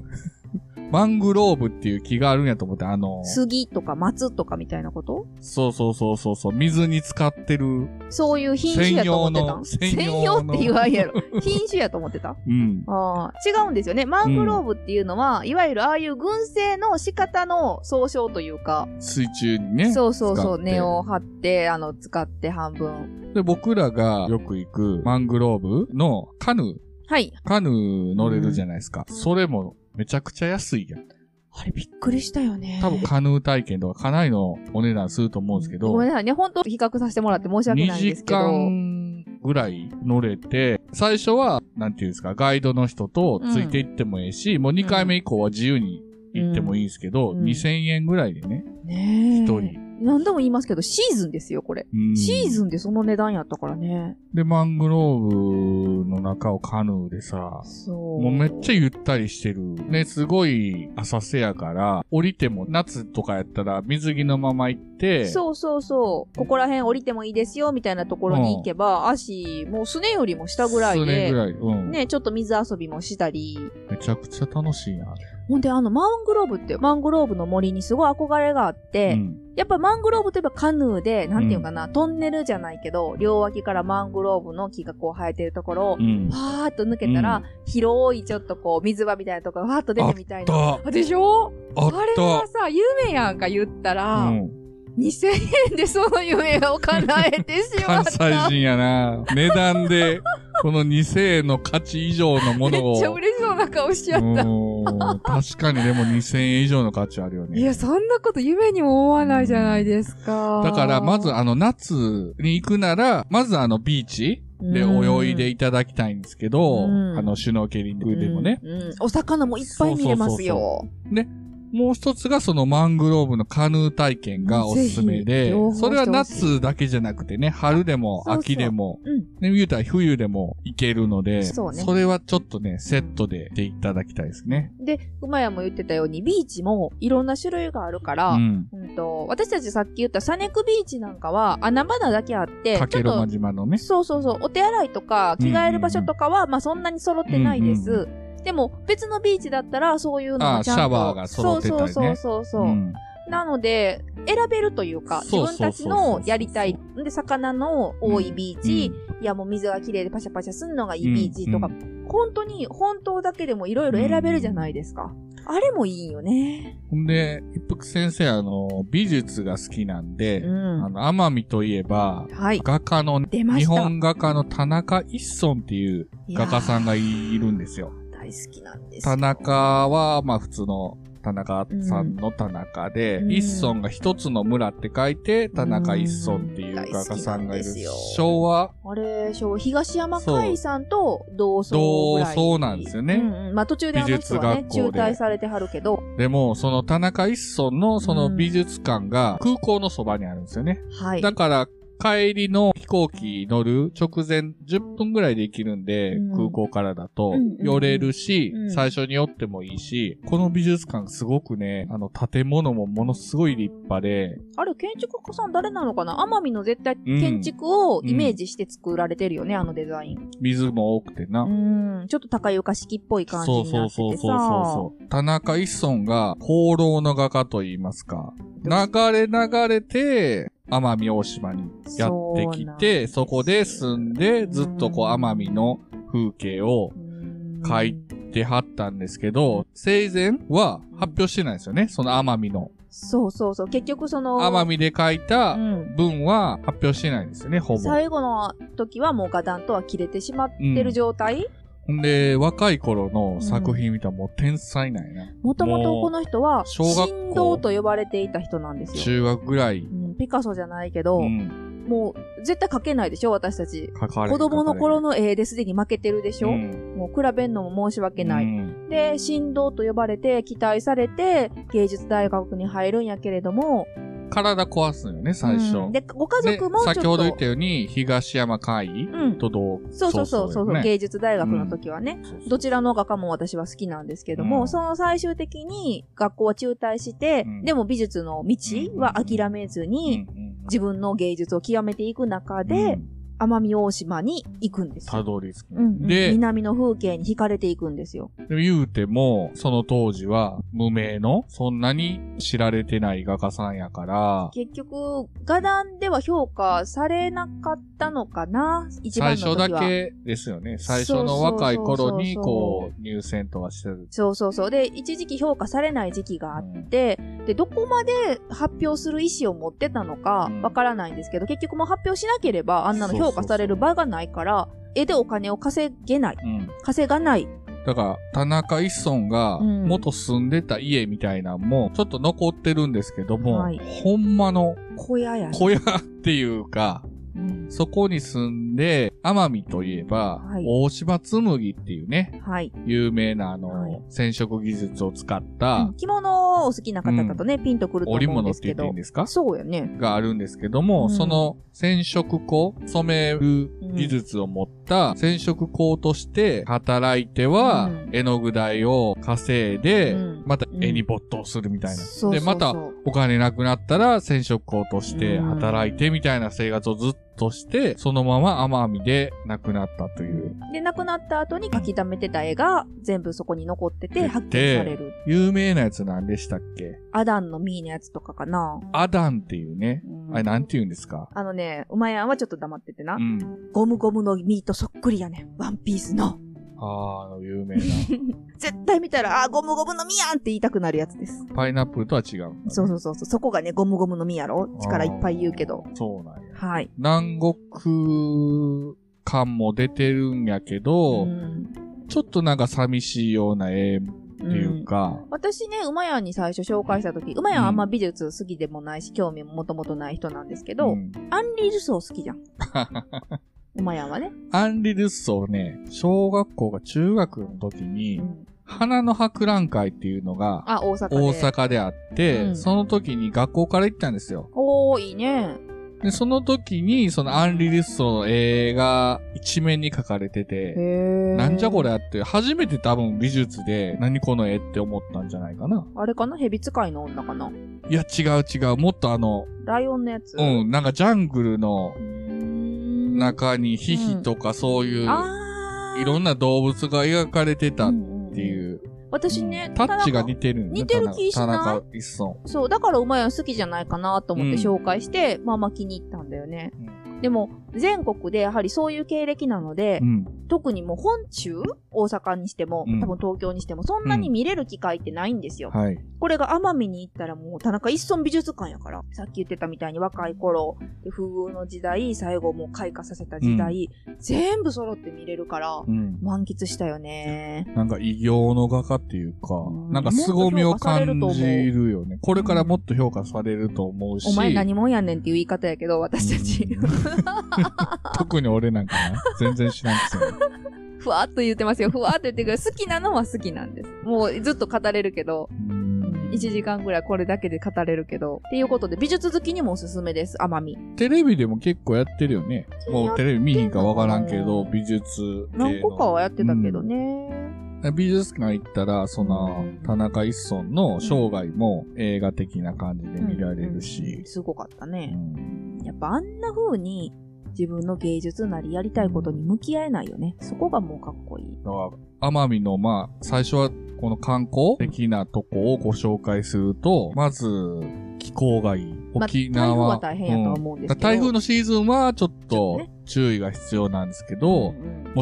[SPEAKER 1] マングローブっていう木があるんやと思って、あの、
[SPEAKER 2] 杉とか松とかみたいなこと
[SPEAKER 1] そうそうそうそうそう、水に浸かってる。
[SPEAKER 2] そういう品種やと思ってたん
[SPEAKER 1] 専用の
[SPEAKER 2] 専用って言わんやろ。品種やと思ってた
[SPEAKER 1] うん。
[SPEAKER 2] ああ、違うんですよね。マングローブっていうのは、いわゆるああいう群生の仕方の総称というか、
[SPEAKER 1] 水中にね。
[SPEAKER 2] そうそう
[SPEAKER 1] 使
[SPEAKER 2] そ
[SPEAKER 1] っ
[SPEAKER 2] う、
[SPEAKER 1] て
[SPEAKER 2] 根を張って、あの、使って半分。
[SPEAKER 1] で、僕らがよく行くマングローブのカヌー。
[SPEAKER 2] はい。
[SPEAKER 1] カヌー乗れるじゃないですか。それもめちゃくちゃ安いやん。
[SPEAKER 2] あれびっくりしたよね。
[SPEAKER 1] 多分カヌー体験とかかなりのお値段すると思うんですけど、
[SPEAKER 2] ごめんなさいね。本当比較させてもらって申し訳
[SPEAKER 1] 2
[SPEAKER 2] ないんで
[SPEAKER 1] 時
[SPEAKER 2] すけど。
[SPEAKER 1] 間ぐらい乗れて、最初は、なんていうんですか、ガイドの人とついていってもええし、もう2回目以降は自由に行ってもいいんですけど、
[SPEAKER 2] うん
[SPEAKER 1] 2000円ぐらいでね、
[SPEAKER 2] ねえ。
[SPEAKER 1] 一人。
[SPEAKER 2] 何度も言いますけど、シーズンですよ、これ。
[SPEAKER 1] うん
[SPEAKER 2] シーズンでその値段やったからね。
[SPEAKER 1] で、マングローブの中をカヌーでさ、
[SPEAKER 2] そう。
[SPEAKER 1] もうめっちゃゆったりしてる。ね、すごい浅瀬やから、降りても夏とかやったら水着のまま行って、
[SPEAKER 2] そうそうそう。ここら辺降りてもいいですよ、みたいなところに行けば、足、もうすねよりも下ぐらい
[SPEAKER 1] 数年
[SPEAKER 2] で
[SPEAKER 1] ぐ、らい。うん。
[SPEAKER 2] ね、ちょっと水遊びもしたり。
[SPEAKER 1] めちゃくちゃ楽しいな。
[SPEAKER 2] ほんで、あの、マングローブって、マングローブの森にすごい憧れがあって、
[SPEAKER 1] うん
[SPEAKER 2] やっぱマングローブといえばカヌーで、なんていうかな、トンネルじゃないけど、両脇からマングローブの木がこう生えてるところを
[SPEAKER 1] う、ん。
[SPEAKER 2] パーっと抜けたら、
[SPEAKER 1] うん
[SPEAKER 2] 広いちょっとこう、水場みたいなところがわーっと出てみたいな。
[SPEAKER 1] あっ
[SPEAKER 2] でしょ
[SPEAKER 1] たあっ
[SPEAKER 2] あれはさ、夢やんか言った
[SPEAKER 1] た
[SPEAKER 2] ら、
[SPEAKER 1] うん。
[SPEAKER 2] 2000円でその夢を叶えてしまっ
[SPEAKER 1] 関
[SPEAKER 2] た。
[SPEAKER 1] 西人や な。値段で、この2000円の価値以上のも
[SPEAKER 2] めっ
[SPEAKER 1] のを。
[SPEAKER 2] ちゃ嬉しそうな顔しちゃった。
[SPEAKER 1] うん確かにでも2000円以上の価値あるよ
[SPEAKER 2] いや、
[SPEAKER 1] ね。
[SPEAKER 2] そんなこと夢にも思わないじゃないですか。
[SPEAKER 1] だから、まず、あの、夏に行くなら、まずあの、ビーチで泳いで
[SPEAKER 2] い
[SPEAKER 1] いただきたいんですけど、
[SPEAKER 2] うん
[SPEAKER 1] あの、シュノーケリングでもね。
[SPEAKER 2] うんうんお魚もいっぱい見れますよ。
[SPEAKER 1] もう一つがそのマングローブのカヌー体験がおすすめ
[SPEAKER 2] ぜひ
[SPEAKER 1] で
[SPEAKER 2] 両方、してほしい
[SPEAKER 1] それは夏だけじゃなくてね、春でも
[SPEAKER 2] あそうそう
[SPEAKER 1] 秋でも、
[SPEAKER 2] うん
[SPEAKER 1] ね、言うたら冬でも行けるので、
[SPEAKER 2] そうね
[SPEAKER 1] れはちょっとね、セットででいただきたいですね。
[SPEAKER 2] で、馬屋も言ってたように、ビーチもいろんな種類があるから、
[SPEAKER 1] う
[SPEAKER 2] うん
[SPEAKER 1] ん。
[SPEAKER 2] と私たちさっき言ったサネクビーチなんかは穴場なだけあって、
[SPEAKER 1] か
[SPEAKER 2] ちょ
[SPEAKER 1] け
[SPEAKER 2] っ
[SPEAKER 1] ろま
[SPEAKER 2] と、
[SPEAKER 1] 島のね。
[SPEAKER 2] そうそうそう、お手洗いとか着替える場所とかは、まあそんなに揃ってないです。
[SPEAKER 1] うん
[SPEAKER 2] でも、別のビーチだったら、そういうの
[SPEAKER 1] あ
[SPEAKER 2] もちゃんと。
[SPEAKER 1] シャワーが揃ってたりね
[SPEAKER 2] そうそうそうそう。
[SPEAKER 1] うん
[SPEAKER 2] なので、選べるというか、自
[SPEAKER 1] そうそう
[SPEAKER 2] 分
[SPEAKER 1] そうそう
[SPEAKER 2] たちのやりたい。で、魚の多いビーチ、いやもう水が綺麗でパシャパシャすんのがいいビーチとか、
[SPEAKER 1] う
[SPEAKER 2] 本当に本当だけでもいろいろ選べるじゃないですか。あれもいいよね。
[SPEAKER 1] ほんで、一服先生、あの、美術が好きなんで、
[SPEAKER 2] うん
[SPEAKER 1] あの、奄美といえば、
[SPEAKER 2] はい。
[SPEAKER 1] 画家の、
[SPEAKER 2] 出ま
[SPEAKER 1] 日
[SPEAKER 2] した。
[SPEAKER 1] 本画家の田中一村っていう画家さんが
[SPEAKER 2] い
[SPEAKER 1] いるんですよ。
[SPEAKER 2] やー大好きなんです
[SPEAKER 1] 田
[SPEAKER 2] よ。
[SPEAKER 1] 中は、まあ普通の田中さんの田中で、
[SPEAKER 2] うん
[SPEAKER 1] 一村が一つの村って書いて、田中一村っていう画家さんがいる
[SPEAKER 2] うん大好きなんですよ。
[SPEAKER 1] 昭和、
[SPEAKER 2] あれ、そう東山海さんと同窓ぐらい。
[SPEAKER 1] 同窓なんですよね
[SPEAKER 2] うんうん。まあ途中であの人はね
[SPEAKER 1] 美、術
[SPEAKER 2] 中
[SPEAKER 1] 学校で
[SPEAKER 2] 退されてはるけど、
[SPEAKER 1] でもその田中一村のその美術館が空港のそばにあるんですよね。
[SPEAKER 2] はい。
[SPEAKER 1] だから、帰りの飛行機乗る直前10分ぐらいで行けるんで、
[SPEAKER 2] うん
[SPEAKER 1] 空港からだと
[SPEAKER 2] うんうんうん
[SPEAKER 1] 寄れるし、
[SPEAKER 2] うん
[SPEAKER 1] 最初に寄ってもいいし、この美術館すごくね、あの建物もものすごい立派で、
[SPEAKER 2] あれ、建築家さん誰なのかな奄美の絶対建築をイメージして作られてるよね、あのデザイン。
[SPEAKER 1] 水も多くてな。
[SPEAKER 2] うん。ちょっと高床式っぽい感じ
[SPEAKER 1] そう
[SPEAKER 2] に
[SPEAKER 1] そ
[SPEAKER 2] な
[SPEAKER 1] う
[SPEAKER 2] っててさ。
[SPEAKER 1] そうそうそうそう。田中一村が放浪の画家といいますか、流れ流れて、奄美大島にやってきて、そこで住んで、ずっとこう奄美の風景を
[SPEAKER 2] うん
[SPEAKER 1] 書いてはったんですけど、生前は発表してないんですよね、その奄美の
[SPEAKER 2] そうそうそう。結局その、
[SPEAKER 1] 奄美で書いた
[SPEAKER 2] うん。
[SPEAKER 1] 文は発表してないんですよね、ほぼ。
[SPEAKER 2] 最後の時はもうガダンとは切れてしまってる状態
[SPEAKER 1] ほんで、若い頃の作品見たらもう天才なんやな。
[SPEAKER 2] もともとこの人は、
[SPEAKER 1] 小学校
[SPEAKER 2] 神童と呼ばれていた人なんですよ。
[SPEAKER 1] 中学ぐらい、
[SPEAKER 2] うん、ピカソじゃないけど、
[SPEAKER 1] うん、
[SPEAKER 2] もう絶対描けないでしょ、私たち。
[SPEAKER 1] 書かれ
[SPEAKER 2] 子供の頃
[SPEAKER 1] の
[SPEAKER 2] の絵ですでに負けてるでしょ、
[SPEAKER 1] うん、
[SPEAKER 2] もう比べんのも申し訳ない。
[SPEAKER 1] うん
[SPEAKER 2] で、神童と呼ばれて期待されて芸術大学に入るんやけれども、
[SPEAKER 1] 体壊すのよね、最初。
[SPEAKER 2] うんで、ご家族もちょっと、
[SPEAKER 1] で先ほど言ったように、東山会
[SPEAKER 2] うん。
[SPEAKER 1] と同
[SPEAKER 2] そうそうそうそうそう、
[SPEAKER 1] ね
[SPEAKER 2] 芸術大学の時はね、
[SPEAKER 1] そうそう
[SPEAKER 2] どちらの画家も私は好きなんですけども、
[SPEAKER 1] うん
[SPEAKER 2] その最終的に学校は中退して、
[SPEAKER 1] うん
[SPEAKER 2] でも美術の道は諦めずに、
[SPEAKER 1] うんうん
[SPEAKER 2] 自分の芸術を極めていく中で
[SPEAKER 1] う、ん
[SPEAKER 2] 奄美大島に行くんです
[SPEAKER 1] た
[SPEAKER 2] よ。
[SPEAKER 1] どり着く。
[SPEAKER 2] うんうん、
[SPEAKER 1] で
[SPEAKER 2] 南の風景に惹かれていくんですよ。
[SPEAKER 1] でも言うても、その当時は無名の、そんなに知られてない画家さんやから、
[SPEAKER 2] 結局、画壇では評価されなかったのかな一番の
[SPEAKER 1] 最
[SPEAKER 2] 時は
[SPEAKER 1] 初だけですよね。最初の若い頃に、こう、入選とかしてる。
[SPEAKER 2] そうそうそう。で、一時期評価されない時期があって、で、どこまで発表する意思を持ってたのか
[SPEAKER 1] うん
[SPEAKER 2] わからないんですけど、結局もう発表しなければあんなの
[SPEAKER 1] そうそう
[SPEAKER 2] 評
[SPEAKER 1] そう
[SPEAKER 2] 価される場がないから、絵でお金を稼げない。
[SPEAKER 1] うん。
[SPEAKER 2] 稼がない。
[SPEAKER 1] だから、田中一村が、
[SPEAKER 2] うん
[SPEAKER 1] 元住んでた家みたいなんも、ちょっと残ってるんですけども、
[SPEAKER 2] はい
[SPEAKER 1] ほんまの
[SPEAKER 2] 小屋やね。
[SPEAKER 1] 小屋っていうか、
[SPEAKER 2] うん
[SPEAKER 1] そこに住んで、奄美といえば、
[SPEAKER 2] はい
[SPEAKER 1] 大島紬っていうね、
[SPEAKER 2] はい、
[SPEAKER 1] 有名なあの、
[SPEAKER 2] はい
[SPEAKER 1] 染色技術を使っ
[SPEAKER 2] う
[SPEAKER 1] た
[SPEAKER 2] ん着物をお好きな方だとね、ピンとくると思
[SPEAKER 1] 織
[SPEAKER 2] うん
[SPEAKER 1] 物
[SPEAKER 2] で
[SPEAKER 1] っ
[SPEAKER 2] す
[SPEAKER 1] て言
[SPEAKER 2] け
[SPEAKER 1] っていい
[SPEAKER 2] ど
[SPEAKER 1] ん。ですか
[SPEAKER 2] そうやね。
[SPEAKER 1] があるんですけども、
[SPEAKER 2] うん
[SPEAKER 1] その染色工、染める技術を持った染色工として働いては、
[SPEAKER 2] うん
[SPEAKER 1] 絵の具代を稼いで、
[SPEAKER 2] うん
[SPEAKER 1] また絵に没頭するみたいな。
[SPEAKER 2] そうそう
[SPEAKER 1] で、
[SPEAKER 2] そう
[SPEAKER 1] またお金なくなったら染色工として働いてみたいな生活をずっとして、そのまま奄美で亡くなったという。
[SPEAKER 2] で、亡くなった後に書き溜めてた絵が全部そこに残ってて
[SPEAKER 1] で
[SPEAKER 2] 発見される。
[SPEAKER 1] 有名なやつなんでしたっけ
[SPEAKER 2] アダンのミーのやつとかかな。
[SPEAKER 1] アダンっていうね。
[SPEAKER 2] うん
[SPEAKER 1] あれ、なんて言うんですか
[SPEAKER 2] あのね、うまやんはちょっと黙っててな
[SPEAKER 1] う。ん。
[SPEAKER 2] ゴムゴムのミーとそっくりやねん。ワンピースの。
[SPEAKER 1] あーあの、有 名な。
[SPEAKER 2] 絶対見たら、あー、ゴムゴムのミやんって言いたくなるやつです。
[SPEAKER 1] パイナップルとは違う。
[SPEAKER 2] そうそうそうそう。そこがね、ゴムゴムのミやろ。力いっぱい言うけど。
[SPEAKER 1] そうなんや。
[SPEAKER 2] はい。
[SPEAKER 1] 南国感も出てるんやけど、
[SPEAKER 2] ん。
[SPEAKER 1] ちょっとなんか寂しいような絵って
[SPEAKER 2] う
[SPEAKER 1] いう。か、
[SPEAKER 2] 私ね、馬やんに最初紹介した時、馬やんあんま美術好きでもないし、興味ももともとない人なんですけど、
[SPEAKER 1] うん
[SPEAKER 2] アンリ・ルソー好き じゃん。馬やんはね。
[SPEAKER 1] アンリ・ルッソーね、小学校が中学の時に、
[SPEAKER 2] うん
[SPEAKER 1] 花の博覧会っていうのが
[SPEAKER 2] あ、大阪で。
[SPEAKER 1] 大阪であって、
[SPEAKER 2] うん
[SPEAKER 1] その時に学校から行ったんですよ。
[SPEAKER 2] おー、いいね。
[SPEAKER 1] で、その時に、そのアンリ・ルッソーの絵が一面に描かれてて、
[SPEAKER 2] へー。
[SPEAKER 1] なんじゃこりゃって、初めて多分美術で何この絵って思ったんじゃないかな。
[SPEAKER 2] あれかな蛇使いの女かない
[SPEAKER 1] や、違う違う。もっとあの、
[SPEAKER 2] ライオンのやつ
[SPEAKER 1] うん、なんかジャングルの
[SPEAKER 2] ん
[SPEAKER 1] 中にヒヒとかそういう、
[SPEAKER 2] あー
[SPEAKER 1] いろんな動物が描かれてたっ
[SPEAKER 2] って
[SPEAKER 1] いう。
[SPEAKER 2] 私ね、
[SPEAKER 1] タッチが
[SPEAKER 2] 田中
[SPEAKER 1] 似てるん
[SPEAKER 2] 似てる気しない
[SPEAKER 1] 田中一村。
[SPEAKER 2] そう、だから馬やん好きじゃないかなと思って
[SPEAKER 1] う
[SPEAKER 2] 紹介して、まあまあ気に入ったんだよね。でも、全国でやはりそういう経歴なので、
[SPEAKER 1] うん。
[SPEAKER 2] 特にもう本中、大阪にしても、
[SPEAKER 1] うん
[SPEAKER 2] 多分東京にしても、そんなに見れる機会ってないんですよ。
[SPEAKER 1] はい。
[SPEAKER 2] これが奄美に行ったらもう田中一村美術館やから、さっき言ってたみたいに若い頃、で不遇の時代、最後もう開花させた時代、全部揃って見れるから、
[SPEAKER 1] うん。
[SPEAKER 2] 満喫したよね。
[SPEAKER 1] なんか異形の画家っていうか、
[SPEAKER 2] うん
[SPEAKER 1] なんか凄みを感じるよね。これからもっと評価されると思うし、
[SPEAKER 2] お前何もんやねんっていう言い方やけど、私たち、
[SPEAKER 1] う 特に俺なんかな、全然知らんく せに。
[SPEAKER 2] ふわっと言ってますよ。ふわっと言ってくる。好きなのは好きなんです。もうずっと語れるけど、
[SPEAKER 1] うん
[SPEAKER 2] 1時間ぐらいこれだけで語れるけど。っていうことで、美術好きにもおすすめです。奄美。
[SPEAKER 1] テレビでも結構やってるよね。もうテレビ見ひんかわからんけど、美術系の。
[SPEAKER 2] 何個かはやってたけどね。
[SPEAKER 1] 美術館行ったら、その
[SPEAKER 2] うん、
[SPEAKER 1] 田中一村の生涯も映画的な感じで見られる
[SPEAKER 2] うん
[SPEAKER 1] し。
[SPEAKER 2] すごかった
[SPEAKER 1] う
[SPEAKER 2] ね。
[SPEAKER 1] ん
[SPEAKER 2] やっぱあんな風に、自分の芸術なりやりたいことに向き合えないよね。そこがもうかっこいい。
[SPEAKER 1] だから、奄美の、まあ、最初はこの観光的なとこをご紹介すると、まず、気候がいい。
[SPEAKER 2] まあ
[SPEAKER 1] 沖縄。
[SPEAKER 2] 台風は大変やとは思うんですけど
[SPEAKER 1] 台風のシーズンはちょっと
[SPEAKER 2] ちょっと
[SPEAKER 1] 注意が必要なんですけど、
[SPEAKER 2] ん
[SPEAKER 1] も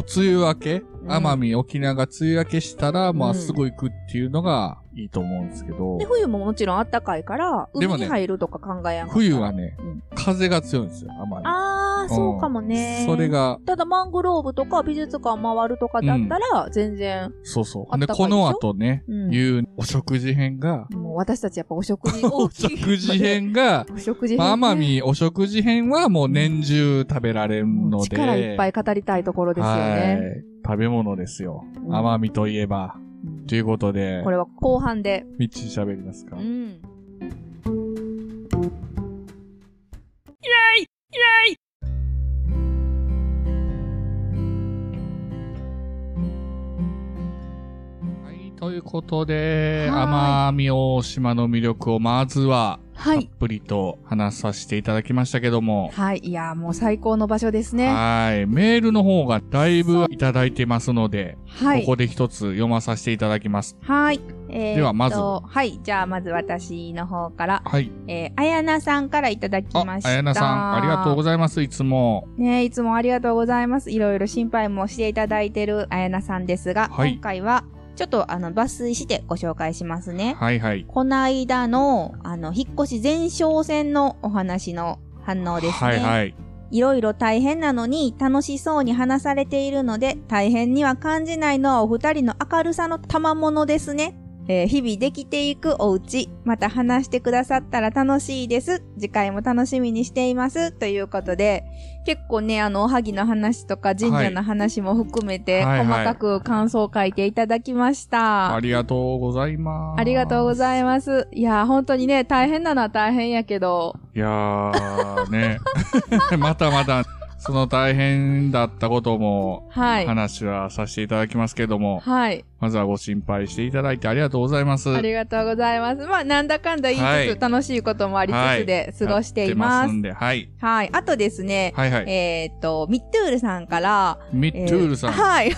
[SPEAKER 1] う梅雨明け、
[SPEAKER 2] ん
[SPEAKER 1] 奄美、沖縄が梅雨明けしたら、ま
[SPEAKER 2] う
[SPEAKER 1] あ
[SPEAKER 2] ん
[SPEAKER 1] すぐ行くっていうのがいいと思うんですけど
[SPEAKER 2] で、、冬ももちろん暖かいから、
[SPEAKER 1] で
[SPEAKER 2] 海
[SPEAKER 1] もね
[SPEAKER 2] に入るとか考えやんかった
[SPEAKER 1] 冬はね
[SPEAKER 2] うん、
[SPEAKER 1] 風が強いんですよ、あまり。
[SPEAKER 2] あー、
[SPEAKER 1] ん
[SPEAKER 2] そうかもね。
[SPEAKER 1] それ。が、
[SPEAKER 2] ただ、マングローブとか美術館回るとかだったら、全然、
[SPEAKER 1] そうそう。
[SPEAKER 2] あ
[SPEAKER 1] で、
[SPEAKER 2] ったかいでしょ
[SPEAKER 1] この後ね、
[SPEAKER 2] うん
[SPEAKER 1] いうお食事編が、
[SPEAKER 2] もう私たちやっぱお食事大
[SPEAKER 1] お
[SPEAKER 2] きい。
[SPEAKER 1] 食事。編が、
[SPEAKER 2] お食事編ね。
[SPEAKER 1] まあ、奄美お食事編はもう年中食べられるので。
[SPEAKER 2] 力いっぱい語りたいところですよね。
[SPEAKER 1] はい。食べ物ですよ。
[SPEAKER 2] うん
[SPEAKER 1] 奄美といえば。
[SPEAKER 2] うん
[SPEAKER 1] ということで
[SPEAKER 2] こ、れは後半で。
[SPEAKER 1] みっちり喋りますか。
[SPEAKER 2] うん。
[SPEAKER 1] はい、ということで、
[SPEAKER 2] は
[SPEAKER 1] 奄美大島の魅力をまずは、
[SPEAKER 2] は
[SPEAKER 1] たっ。ぷりと話させていただきましたけども、
[SPEAKER 2] はい。いやー、もう最高の場所ですね。
[SPEAKER 1] はい、メールの方がだいぶいただいてますので、
[SPEAKER 2] はい。
[SPEAKER 1] ここで一つ読まさせていただきます。
[SPEAKER 2] はい。えーっと
[SPEAKER 1] ではまず
[SPEAKER 2] はい。じゃあ、まず私の方から、
[SPEAKER 1] はい。
[SPEAKER 2] えー、あやなさんからいただき
[SPEAKER 1] あ、
[SPEAKER 2] ました。
[SPEAKER 1] あやなさん、ありがとうございます、いつも。
[SPEAKER 2] ねえ、いつもありがとうございます。いろいろ心配もしていただいてるあやなさんですが、
[SPEAKER 1] はい
[SPEAKER 2] 今回はちょっとあの抜粋してご紹介しますね。
[SPEAKER 1] はいはい。
[SPEAKER 2] こないだのあの引っ越し前哨戦のお話の反応ですね。
[SPEAKER 1] はいはい。
[SPEAKER 2] いろいろ大変なのに楽しそうに話されているので大変には感じないのはお二人の明るさの賜物ですね。えー日々できていくお家、また話してくださったら楽しいです。次回も楽しみにしています。ということで、結構ね、あの、おはぎの話とか神社の話も含めて、
[SPEAKER 1] はいはいはい
[SPEAKER 2] 細かく感想を書いていただきました。
[SPEAKER 1] ありがとうございます。
[SPEAKER 2] ありがとうご
[SPEAKER 1] い
[SPEAKER 2] ざいます。いやー、本当にね、大変なのは大変やけど、
[SPEAKER 1] ます。いやー、ね。 またまた、その大変だったことも、
[SPEAKER 2] はい。
[SPEAKER 1] 話はさせていただきますけども、
[SPEAKER 2] はい。
[SPEAKER 1] まずはご心配していただいてありがとうございます。
[SPEAKER 2] ありがとうございます。まあ、なんだかんだ言いつつ、
[SPEAKER 1] はい
[SPEAKER 2] 楽しいこともありつつで過ごしていま。
[SPEAKER 1] やってますんで、はい。
[SPEAKER 2] はい。あとですね、
[SPEAKER 1] はいはい。
[SPEAKER 2] えっ、と、ミットゥールさんから、
[SPEAKER 1] ミットゥールさん。
[SPEAKER 2] えーはい。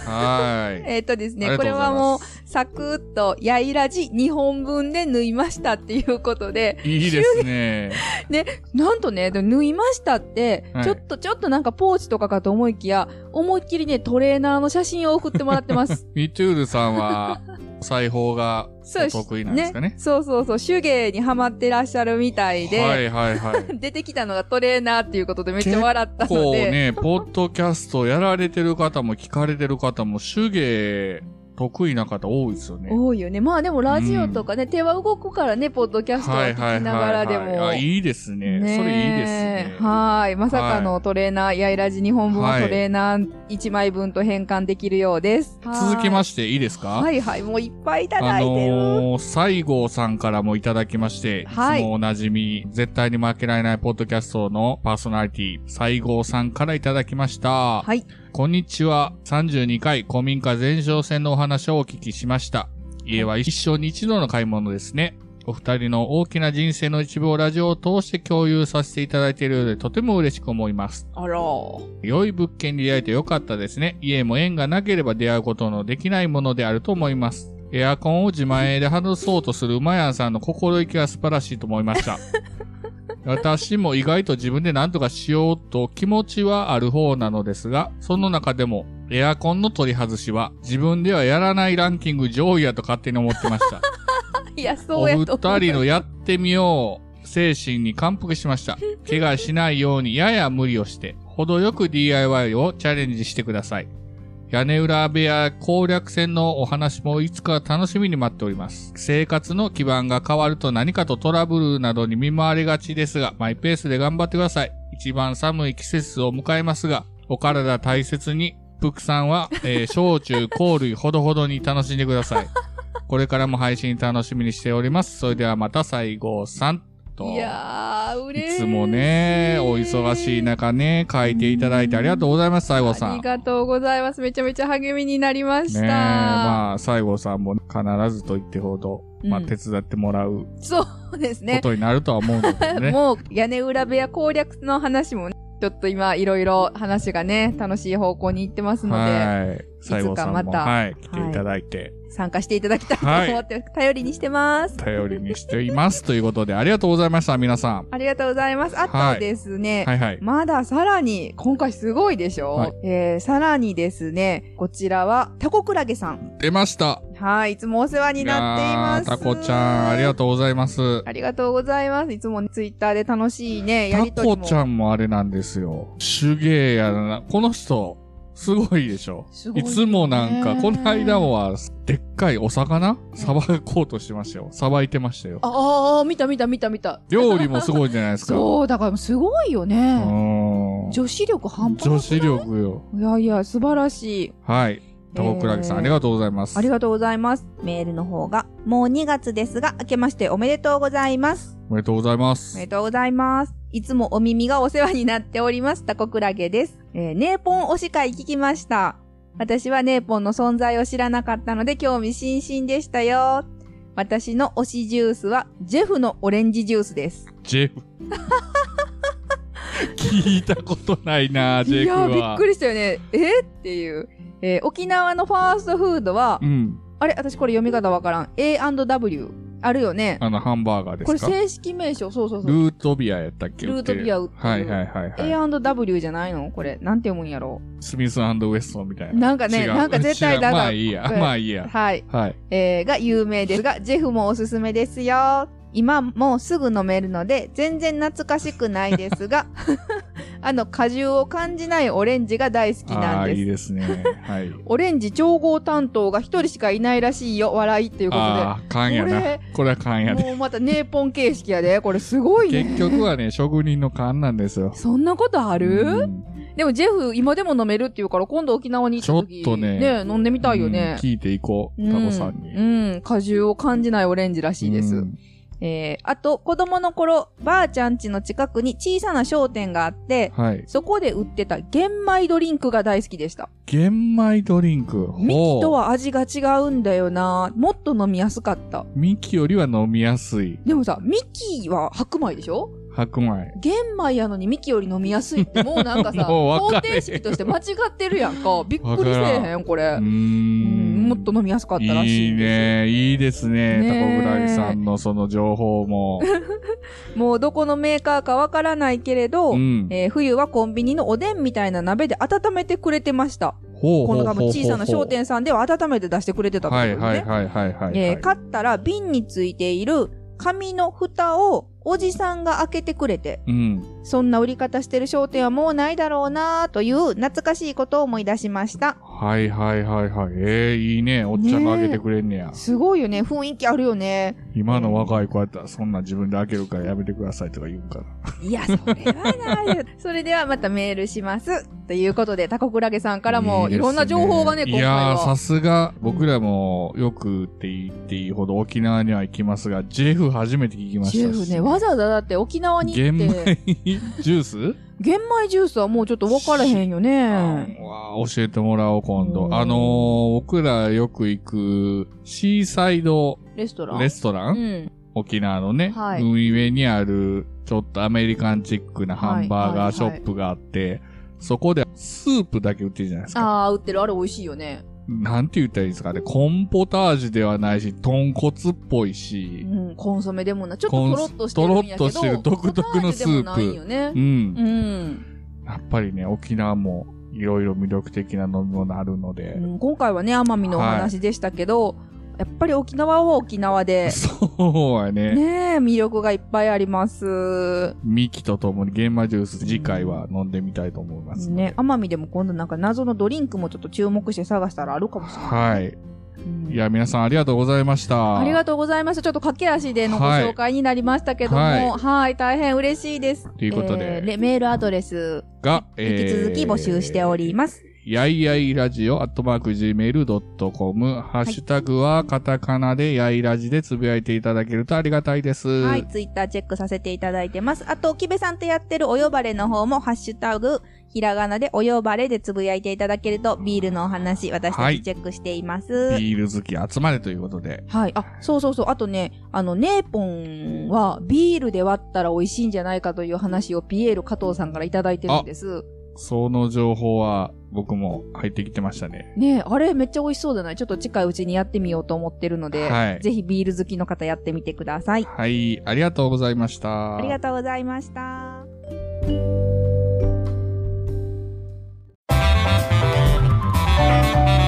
[SPEAKER 1] はい。
[SPEAKER 2] えっ、とです
[SPEAKER 1] あ
[SPEAKER 2] ね、
[SPEAKER 1] りが
[SPEAKER 2] こ
[SPEAKER 1] と
[SPEAKER 2] れ
[SPEAKER 1] うござい
[SPEAKER 2] はも
[SPEAKER 1] ま
[SPEAKER 2] う、
[SPEAKER 1] す
[SPEAKER 2] サクッと、やいらじ2本分で縫いましたっていうことで、
[SPEAKER 1] いいですね。
[SPEAKER 2] なんとね、でも縫いましたって、
[SPEAKER 1] はい
[SPEAKER 2] ちょっと、ちょっとなんかポーチとかかと思いきや、思いっきりね、トレーナーの写真を送ってもらってます。
[SPEAKER 1] ミットゥールさんは、裁縫が
[SPEAKER 2] そう
[SPEAKER 1] お得意なんですかね。
[SPEAKER 2] そうそうそう、手芸にハマってらっしゃるみたいで、
[SPEAKER 1] はいはい はい。
[SPEAKER 2] 出てきたのがトレーナーっていうことでめっちゃ笑ったの
[SPEAKER 1] こう
[SPEAKER 2] で、
[SPEAKER 1] ね、ポッドキャストやられてる方も聞かれてる方も手芸得意な方多いですよね。
[SPEAKER 2] 多いよねまあでもラジオとかね、手は動くからねポッドキャストを聞きながらでも。
[SPEAKER 1] あ、いいですね。
[SPEAKER 2] ねえ
[SPEAKER 1] それいいですね。
[SPEAKER 2] はい。まさかのトレーナー、やいらじ日本分を
[SPEAKER 1] はい
[SPEAKER 2] トレーナー1枚分と変換できるようです。
[SPEAKER 1] 続きま
[SPEAKER 2] し
[SPEAKER 1] していいですか
[SPEAKER 2] はいはい。もういっぱいいただ
[SPEAKER 1] あ
[SPEAKER 2] いてる。
[SPEAKER 1] のー、西郷さんからもいただきまして、
[SPEAKER 2] はい
[SPEAKER 1] いつもおなじみ、絶対に負けられないポッドキャストのパーソナリティ、西郷さんからいただきました。
[SPEAKER 2] はい。
[SPEAKER 1] こんにちは。32回古民家前哨戦のお話をお聞きしました。家は一生に一度の買い物ですね。お二人の大きな人生の一部をラジオを通して共有させていただいているようでとても嬉しく思います。
[SPEAKER 2] あらー。
[SPEAKER 1] 良い物件に出会えて良かったですね。家も縁がなければ出会うことのできないものであると思います。エアコンを自前で外そうとする馬やんさんの心意気が素晴らしいと思いました。私も意外と自分で何とかしようと気持ちはある方なのですが、その中でもエアコンの取り外しは自分ではやらないランキング上位やと勝手に思ってました。
[SPEAKER 2] いや、そ
[SPEAKER 1] お
[SPEAKER 2] うや
[SPEAKER 1] 二
[SPEAKER 2] と思う
[SPEAKER 1] 人のやってみよう精神に感服しました。怪我しないようにやや無理をして、程よく DIY をチャレンジしてください。屋根裏部屋攻略戦のお話もいつか楽しみに待っております。生活の基盤が変わると何かとトラブルなどに見舞われがちですが、マイペースで頑張ってください。一番寒い季節を迎えますが、お体大切に、福さんは、えー焼酎、香類ほどほどに楽しんでください。これからも配信楽しみにしております。それではまた西郷さんと。
[SPEAKER 2] いやー、
[SPEAKER 1] い
[SPEAKER 2] 嬉しい。
[SPEAKER 1] つもね、お忙しい中ね、書いていただいてありがとうございます、西郷さ
[SPEAKER 2] あ
[SPEAKER 1] ん。
[SPEAKER 2] りがとうございます。めちゃめちゃ励みになりました。
[SPEAKER 1] ねえ、まあ、西郷さんも必ずと言ってほど、まあ、
[SPEAKER 2] うん
[SPEAKER 1] 手伝ってもらう
[SPEAKER 2] そうですね
[SPEAKER 1] こ。とになるとは思うんだけどね。
[SPEAKER 2] もう屋根裏部屋攻略の話もね、ちょっと今いろいろ話がね、楽しい方向に行ってますので、
[SPEAKER 1] はい。西郷さん
[SPEAKER 2] いつか
[SPEAKER 1] も、
[SPEAKER 2] また
[SPEAKER 1] はい、来ていただいて、
[SPEAKER 2] 参加していただきたいと思って、頼りにしてます。
[SPEAKER 1] 頼りにしています。ということで、ありがとうございました、皆さん。
[SPEAKER 2] ありがとうございます。あ
[SPEAKER 1] は
[SPEAKER 2] と
[SPEAKER 1] い
[SPEAKER 2] ですね、
[SPEAKER 1] はいはい。
[SPEAKER 2] まださらに、今回すごいでしょ、
[SPEAKER 1] はい
[SPEAKER 2] えー、さらにですね、こちらはタコクラゲさん。
[SPEAKER 1] 出ました。
[SPEAKER 2] はい、いつもお世話になっています。
[SPEAKER 1] やータコちゃん、ありが
[SPEAKER 2] と
[SPEAKER 1] とうございます。
[SPEAKER 2] ありがとうございます。いつもねツイッターで楽しいね、や
[SPEAKER 1] タ
[SPEAKER 2] りとり
[SPEAKER 1] コ
[SPEAKER 2] も。
[SPEAKER 1] ちゃんもあれなんですよ。手芸やな。この人、すごいでしょ。
[SPEAKER 2] すご
[SPEAKER 1] い
[SPEAKER 2] ね
[SPEAKER 1] つもなんか、この間も。は、でっかいお魚さばこうとしてましたよ。さばいてましたよ。
[SPEAKER 2] ああ、見た見た見た見た。
[SPEAKER 1] 料理もすごいじゃないですか。
[SPEAKER 2] そう、だからすごいよ
[SPEAKER 1] う
[SPEAKER 2] ね。
[SPEAKER 1] ーん。
[SPEAKER 2] 女子力半端
[SPEAKER 1] 女
[SPEAKER 2] な
[SPEAKER 1] 子
[SPEAKER 2] い。
[SPEAKER 1] 力よ。
[SPEAKER 2] いやいや、素晴らしい。
[SPEAKER 1] はい。タコクラゲさん、
[SPEAKER 2] えー
[SPEAKER 1] ありがとうございます。
[SPEAKER 2] ありがとうございます。
[SPEAKER 4] メールの方が、
[SPEAKER 2] もう2月ですが、明けましておめでとうございます。
[SPEAKER 1] おめでとうございま
[SPEAKER 2] お
[SPEAKER 1] す
[SPEAKER 2] めで。とうございます。いつもお耳がお世話になっております、タコクラゲです。えー、ネーポン推し会聞きました。私はネーポンの存在を知らなかったので興味津々でしたよ。私の推しジュースは、ジェフのオレンジジュースです。
[SPEAKER 1] ジ ェフ。聞いたことないな、ジェ
[SPEAKER 2] い
[SPEAKER 1] フは。
[SPEAKER 2] やー、びっくりしたよね。えーっていう。えー沖縄のファーストフードは、
[SPEAKER 1] うん。
[SPEAKER 2] あれ私これ読み方わからん。A&W。あるよね。
[SPEAKER 1] あの、ハンバーガーで
[SPEAKER 2] これ
[SPEAKER 1] すか
[SPEAKER 2] 正式名称、そうそうそう。
[SPEAKER 1] ルートビアやったっけ
[SPEAKER 2] ルートビア売ってる
[SPEAKER 1] はいはいはいはい。
[SPEAKER 2] A&W じゃないのこれ。なんて読むんやろ
[SPEAKER 1] スミスウェストンみたいな。
[SPEAKER 2] なんかね
[SPEAKER 1] 違う
[SPEAKER 2] なんか絶対
[SPEAKER 1] 違う
[SPEAKER 2] だが
[SPEAKER 1] まあいいや。
[SPEAKER 2] これ
[SPEAKER 1] まあいいや。
[SPEAKER 2] はい。
[SPEAKER 1] はい。
[SPEAKER 2] えーが有名ですが、ジェフもおすすめですよ。今もうすぐ飲めるので、全然懐かしくないですが、 あの果汁を感じないオレンジが大好き
[SPEAKER 1] あ
[SPEAKER 2] なん
[SPEAKER 1] あー、
[SPEAKER 2] です。
[SPEAKER 1] いいですね。 はい。
[SPEAKER 2] オレンジ調合担当が一人しかいないらしいよ、笑いっていうこと
[SPEAKER 1] ああ、勘や
[SPEAKER 2] こ
[SPEAKER 1] な
[SPEAKER 2] れ。
[SPEAKER 1] これは勘や
[SPEAKER 2] で。
[SPEAKER 1] で。
[SPEAKER 2] もうまたネーポン形式やで。これすごいね。
[SPEAKER 1] 結局はね、職人の勘なんですよ。
[SPEAKER 2] そんなことあ
[SPEAKER 1] あ
[SPEAKER 2] るでもジェフ今でも飲めるって言うから今度沖縄に行った時
[SPEAKER 1] ちょっとね
[SPEAKER 2] 飲んでみたいよね。
[SPEAKER 1] 聞いていこう、タコさんに。
[SPEAKER 2] ううん。果汁を感じないオレンジらしいです。
[SPEAKER 1] うん
[SPEAKER 2] えー、あと、子供の頃、ばあちゃん家の近くに小さな商店があって、
[SPEAKER 1] はい。
[SPEAKER 2] そこで売ってた玄米ドリンクが大好きでした。
[SPEAKER 1] 玄米ドリンク。
[SPEAKER 2] ミキと
[SPEAKER 1] ほう
[SPEAKER 2] は味が違うんだよなもっと飲みやすかった。
[SPEAKER 1] ミキよりは飲みやすい。
[SPEAKER 2] でもさ、ミキは白米でしょ
[SPEAKER 1] 白米。
[SPEAKER 2] 玄米やのにミキより飲みやすいって、もうなんかさ、
[SPEAKER 1] もう
[SPEAKER 2] 方
[SPEAKER 1] 分かれへん
[SPEAKER 2] 程式として間違ってるやんか。びっくりせえへん、こ
[SPEAKER 1] う
[SPEAKER 2] れ
[SPEAKER 1] ー。
[SPEAKER 2] うん
[SPEAKER 1] ん。
[SPEAKER 2] もっと飲みやすかったらし
[SPEAKER 1] い
[SPEAKER 2] い
[SPEAKER 1] い
[SPEAKER 2] んです
[SPEAKER 1] ね。いいですね。
[SPEAKER 2] ね
[SPEAKER 1] タ
[SPEAKER 2] え
[SPEAKER 1] コグラギさんのその情報も。
[SPEAKER 2] もうどこのメーカーかわからないけれど、
[SPEAKER 1] うん。
[SPEAKER 2] えー冬はコンビニのおでんみたいな鍋で温めてくれてました。
[SPEAKER 1] ほう
[SPEAKER 2] こ
[SPEAKER 1] ほうほうほう
[SPEAKER 2] の多分小さな商店さんでは温めて出してくれてたってこと
[SPEAKER 1] は
[SPEAKER 2] で
[SPEAKER 1] い
[SPEAKER 2] す
[SPEAKER 1] はいは
[SPEAKER 2] ね。
[SPEAKER 1] いはいはいはい。
[SPEAKER 2] えー買ったら瓶についている紙の蓋をおじさんが開けてくれて、
[SPEAKER 1] うん。
[SPEAKER 2] そんな売り方してる商店はもうないだろうなという懐かしいことを思い出しました。
[SPEAKER 1] はいはいはいはい。えー、いいね。おっちゃんが開けてくれんねや。
[SPEAKER 2] すごいよね。雰囲気あるよね。
[SPEAKER 1] 今の若い子やったら、そんな自分で開けるからやめてくださいとか言うんかな。
[SPEAKER 2] いや、それはないよ。 それではまたメールします。ということで、タコクラゲさんからもいろんな情報がね、
[SPEAKER 1] いいです
[SPEAKER 2] 今回
[SPEAKER 1] いやー、
[SPEAKER 2] は
[SPEAKER 1] さ。すが、僕らもよくって言っていいほど沖縄には行きますが、ジェフ初めて聞きましたし
[SPEAKER 2] シェフね、わざわざだって沖縄に行
[SPEAKER 1] 玄
[SPEAKER 2] って。
[SPEAKER 1] 米 ジュース、
[SPEAKER 2] 玄米ジュースはもうちょっと分からへんよ
[SPEAKER 1] あ
[SPEAKER 2] ね。
[SPEAKER 1] ーわー教えてもらおう、今
[SPEAKER 2] う
[SPEAKER 1] 度。
[SPEAKER 2] ん
[SPEAKER 1] あのー、僕らよく行く、シーサイド
[SPEAKER 2] レストラン。
[SPEAKER 1] レストラン、
[SPEAKER 2] うん。
[SPEAKER 1] 沖縄のね、
[SPEAKER 2] はい
[SPEAKER 1] 海辺にある、ちょっとアメリカンチックなハンバーガーショップがあって、そこでスープだけ売ってるじゃないですか。
[SPEAKER 2] ああ、売ってる。あれ美味しいよね。
[SPEAKER 1] なんて言ったらいいんですかね。コンポタージュではないし、豚骨っぽいし、
[SPEAKER 2] うん、コンソメでもない。ちょっ
[SPEAKER 1] コ
[SPEAKER 2] と
[SPEAKER 1] ン
[SPEAKER 2] とろっとしてるんやけど。
[SPEAKER 1] とろっとしてる独特のスープ
[SPEAKER 2] ポタージュでもないよね
[SPEAKER 1] う。ん
[SPEAKER 2] う。ん、
[SPEAKER 1] やっぱりね、沖縄もいろいろ魅力的な飲み物あるので
[SPEAKER 2] う、ん今回はね、奄美のお話でしたけど、やっぱり沖縄は沖縄で、
[SPEAKER 1] そうはね、
[SPEAKER 2] ねえ、魅力がいっぱいあります。
[SPEAKER 1] ミキと共に玄米ジュース次回は飲んでみたいと思います。
[SPEAKER 2] ね、奄美でも今度なんか謎のドリンクもちょっと注目して探したらあるかもしれない。
[SPEAKER 1] はい。
[SPEAKER 2] うん
[SPEAKER 1] いや、皆さんありがとうございました。
[SPEAKER 2] ありがとうございました。ちょっと駆け足でのご紹介になりましたけども、は、
[SPEAKER 1] はいい
[SPEAKER 2] 大変嬉しいです。
[SPEAKER 1] ということで
[SPEAKER 2] えーレメールアドレス、
[SPEAKER 1] が、
[SPEAKER 2] 引き続き募集しております。
[SPEAKER 1] やいやいラジオ、アットマーク Gmail.com、ハッシュタグはカタカナでやいラジでつぶやいていただけるとありがたいです。
[SPEAKER 2] はい、ツイッターチェックさせていただいてます。あと、木部さんとやってるお呼ばれの方も、ハッシュタグ、ひらがなでお呼ばれでつぶやいていただけると、ビールのお話、私た
[SPEAKER 1] は
[SPEAKER 2] ち
[SPEAKER 1] い
[SPEAKER 2] チェックしています。はい、
[SPEAKER 1] ビール好き集まれということで。
[SPEAKER 2] あ、そうそうそう。あとね、あの、ネーポンはビールで割ったら美味しいんじゃないかという話をピエール加藤さんからいただいてるんです。
[SPEAKER 1] その情報は僕も入ってきてましたね。
[SPEAKER 2] ねえ、あれめっちゃ美味しそうじゃないちょっと近いうちにやってみようと思ってるので、
[SPEAKER 1] はい
[SPEAKER 2] ぜひビール好きの方やってみてください。
[SPEAKER 1] はい、ありがとうございました。
[SPEAKER 2] ありがとうございました。
[SPEAKER 5] 「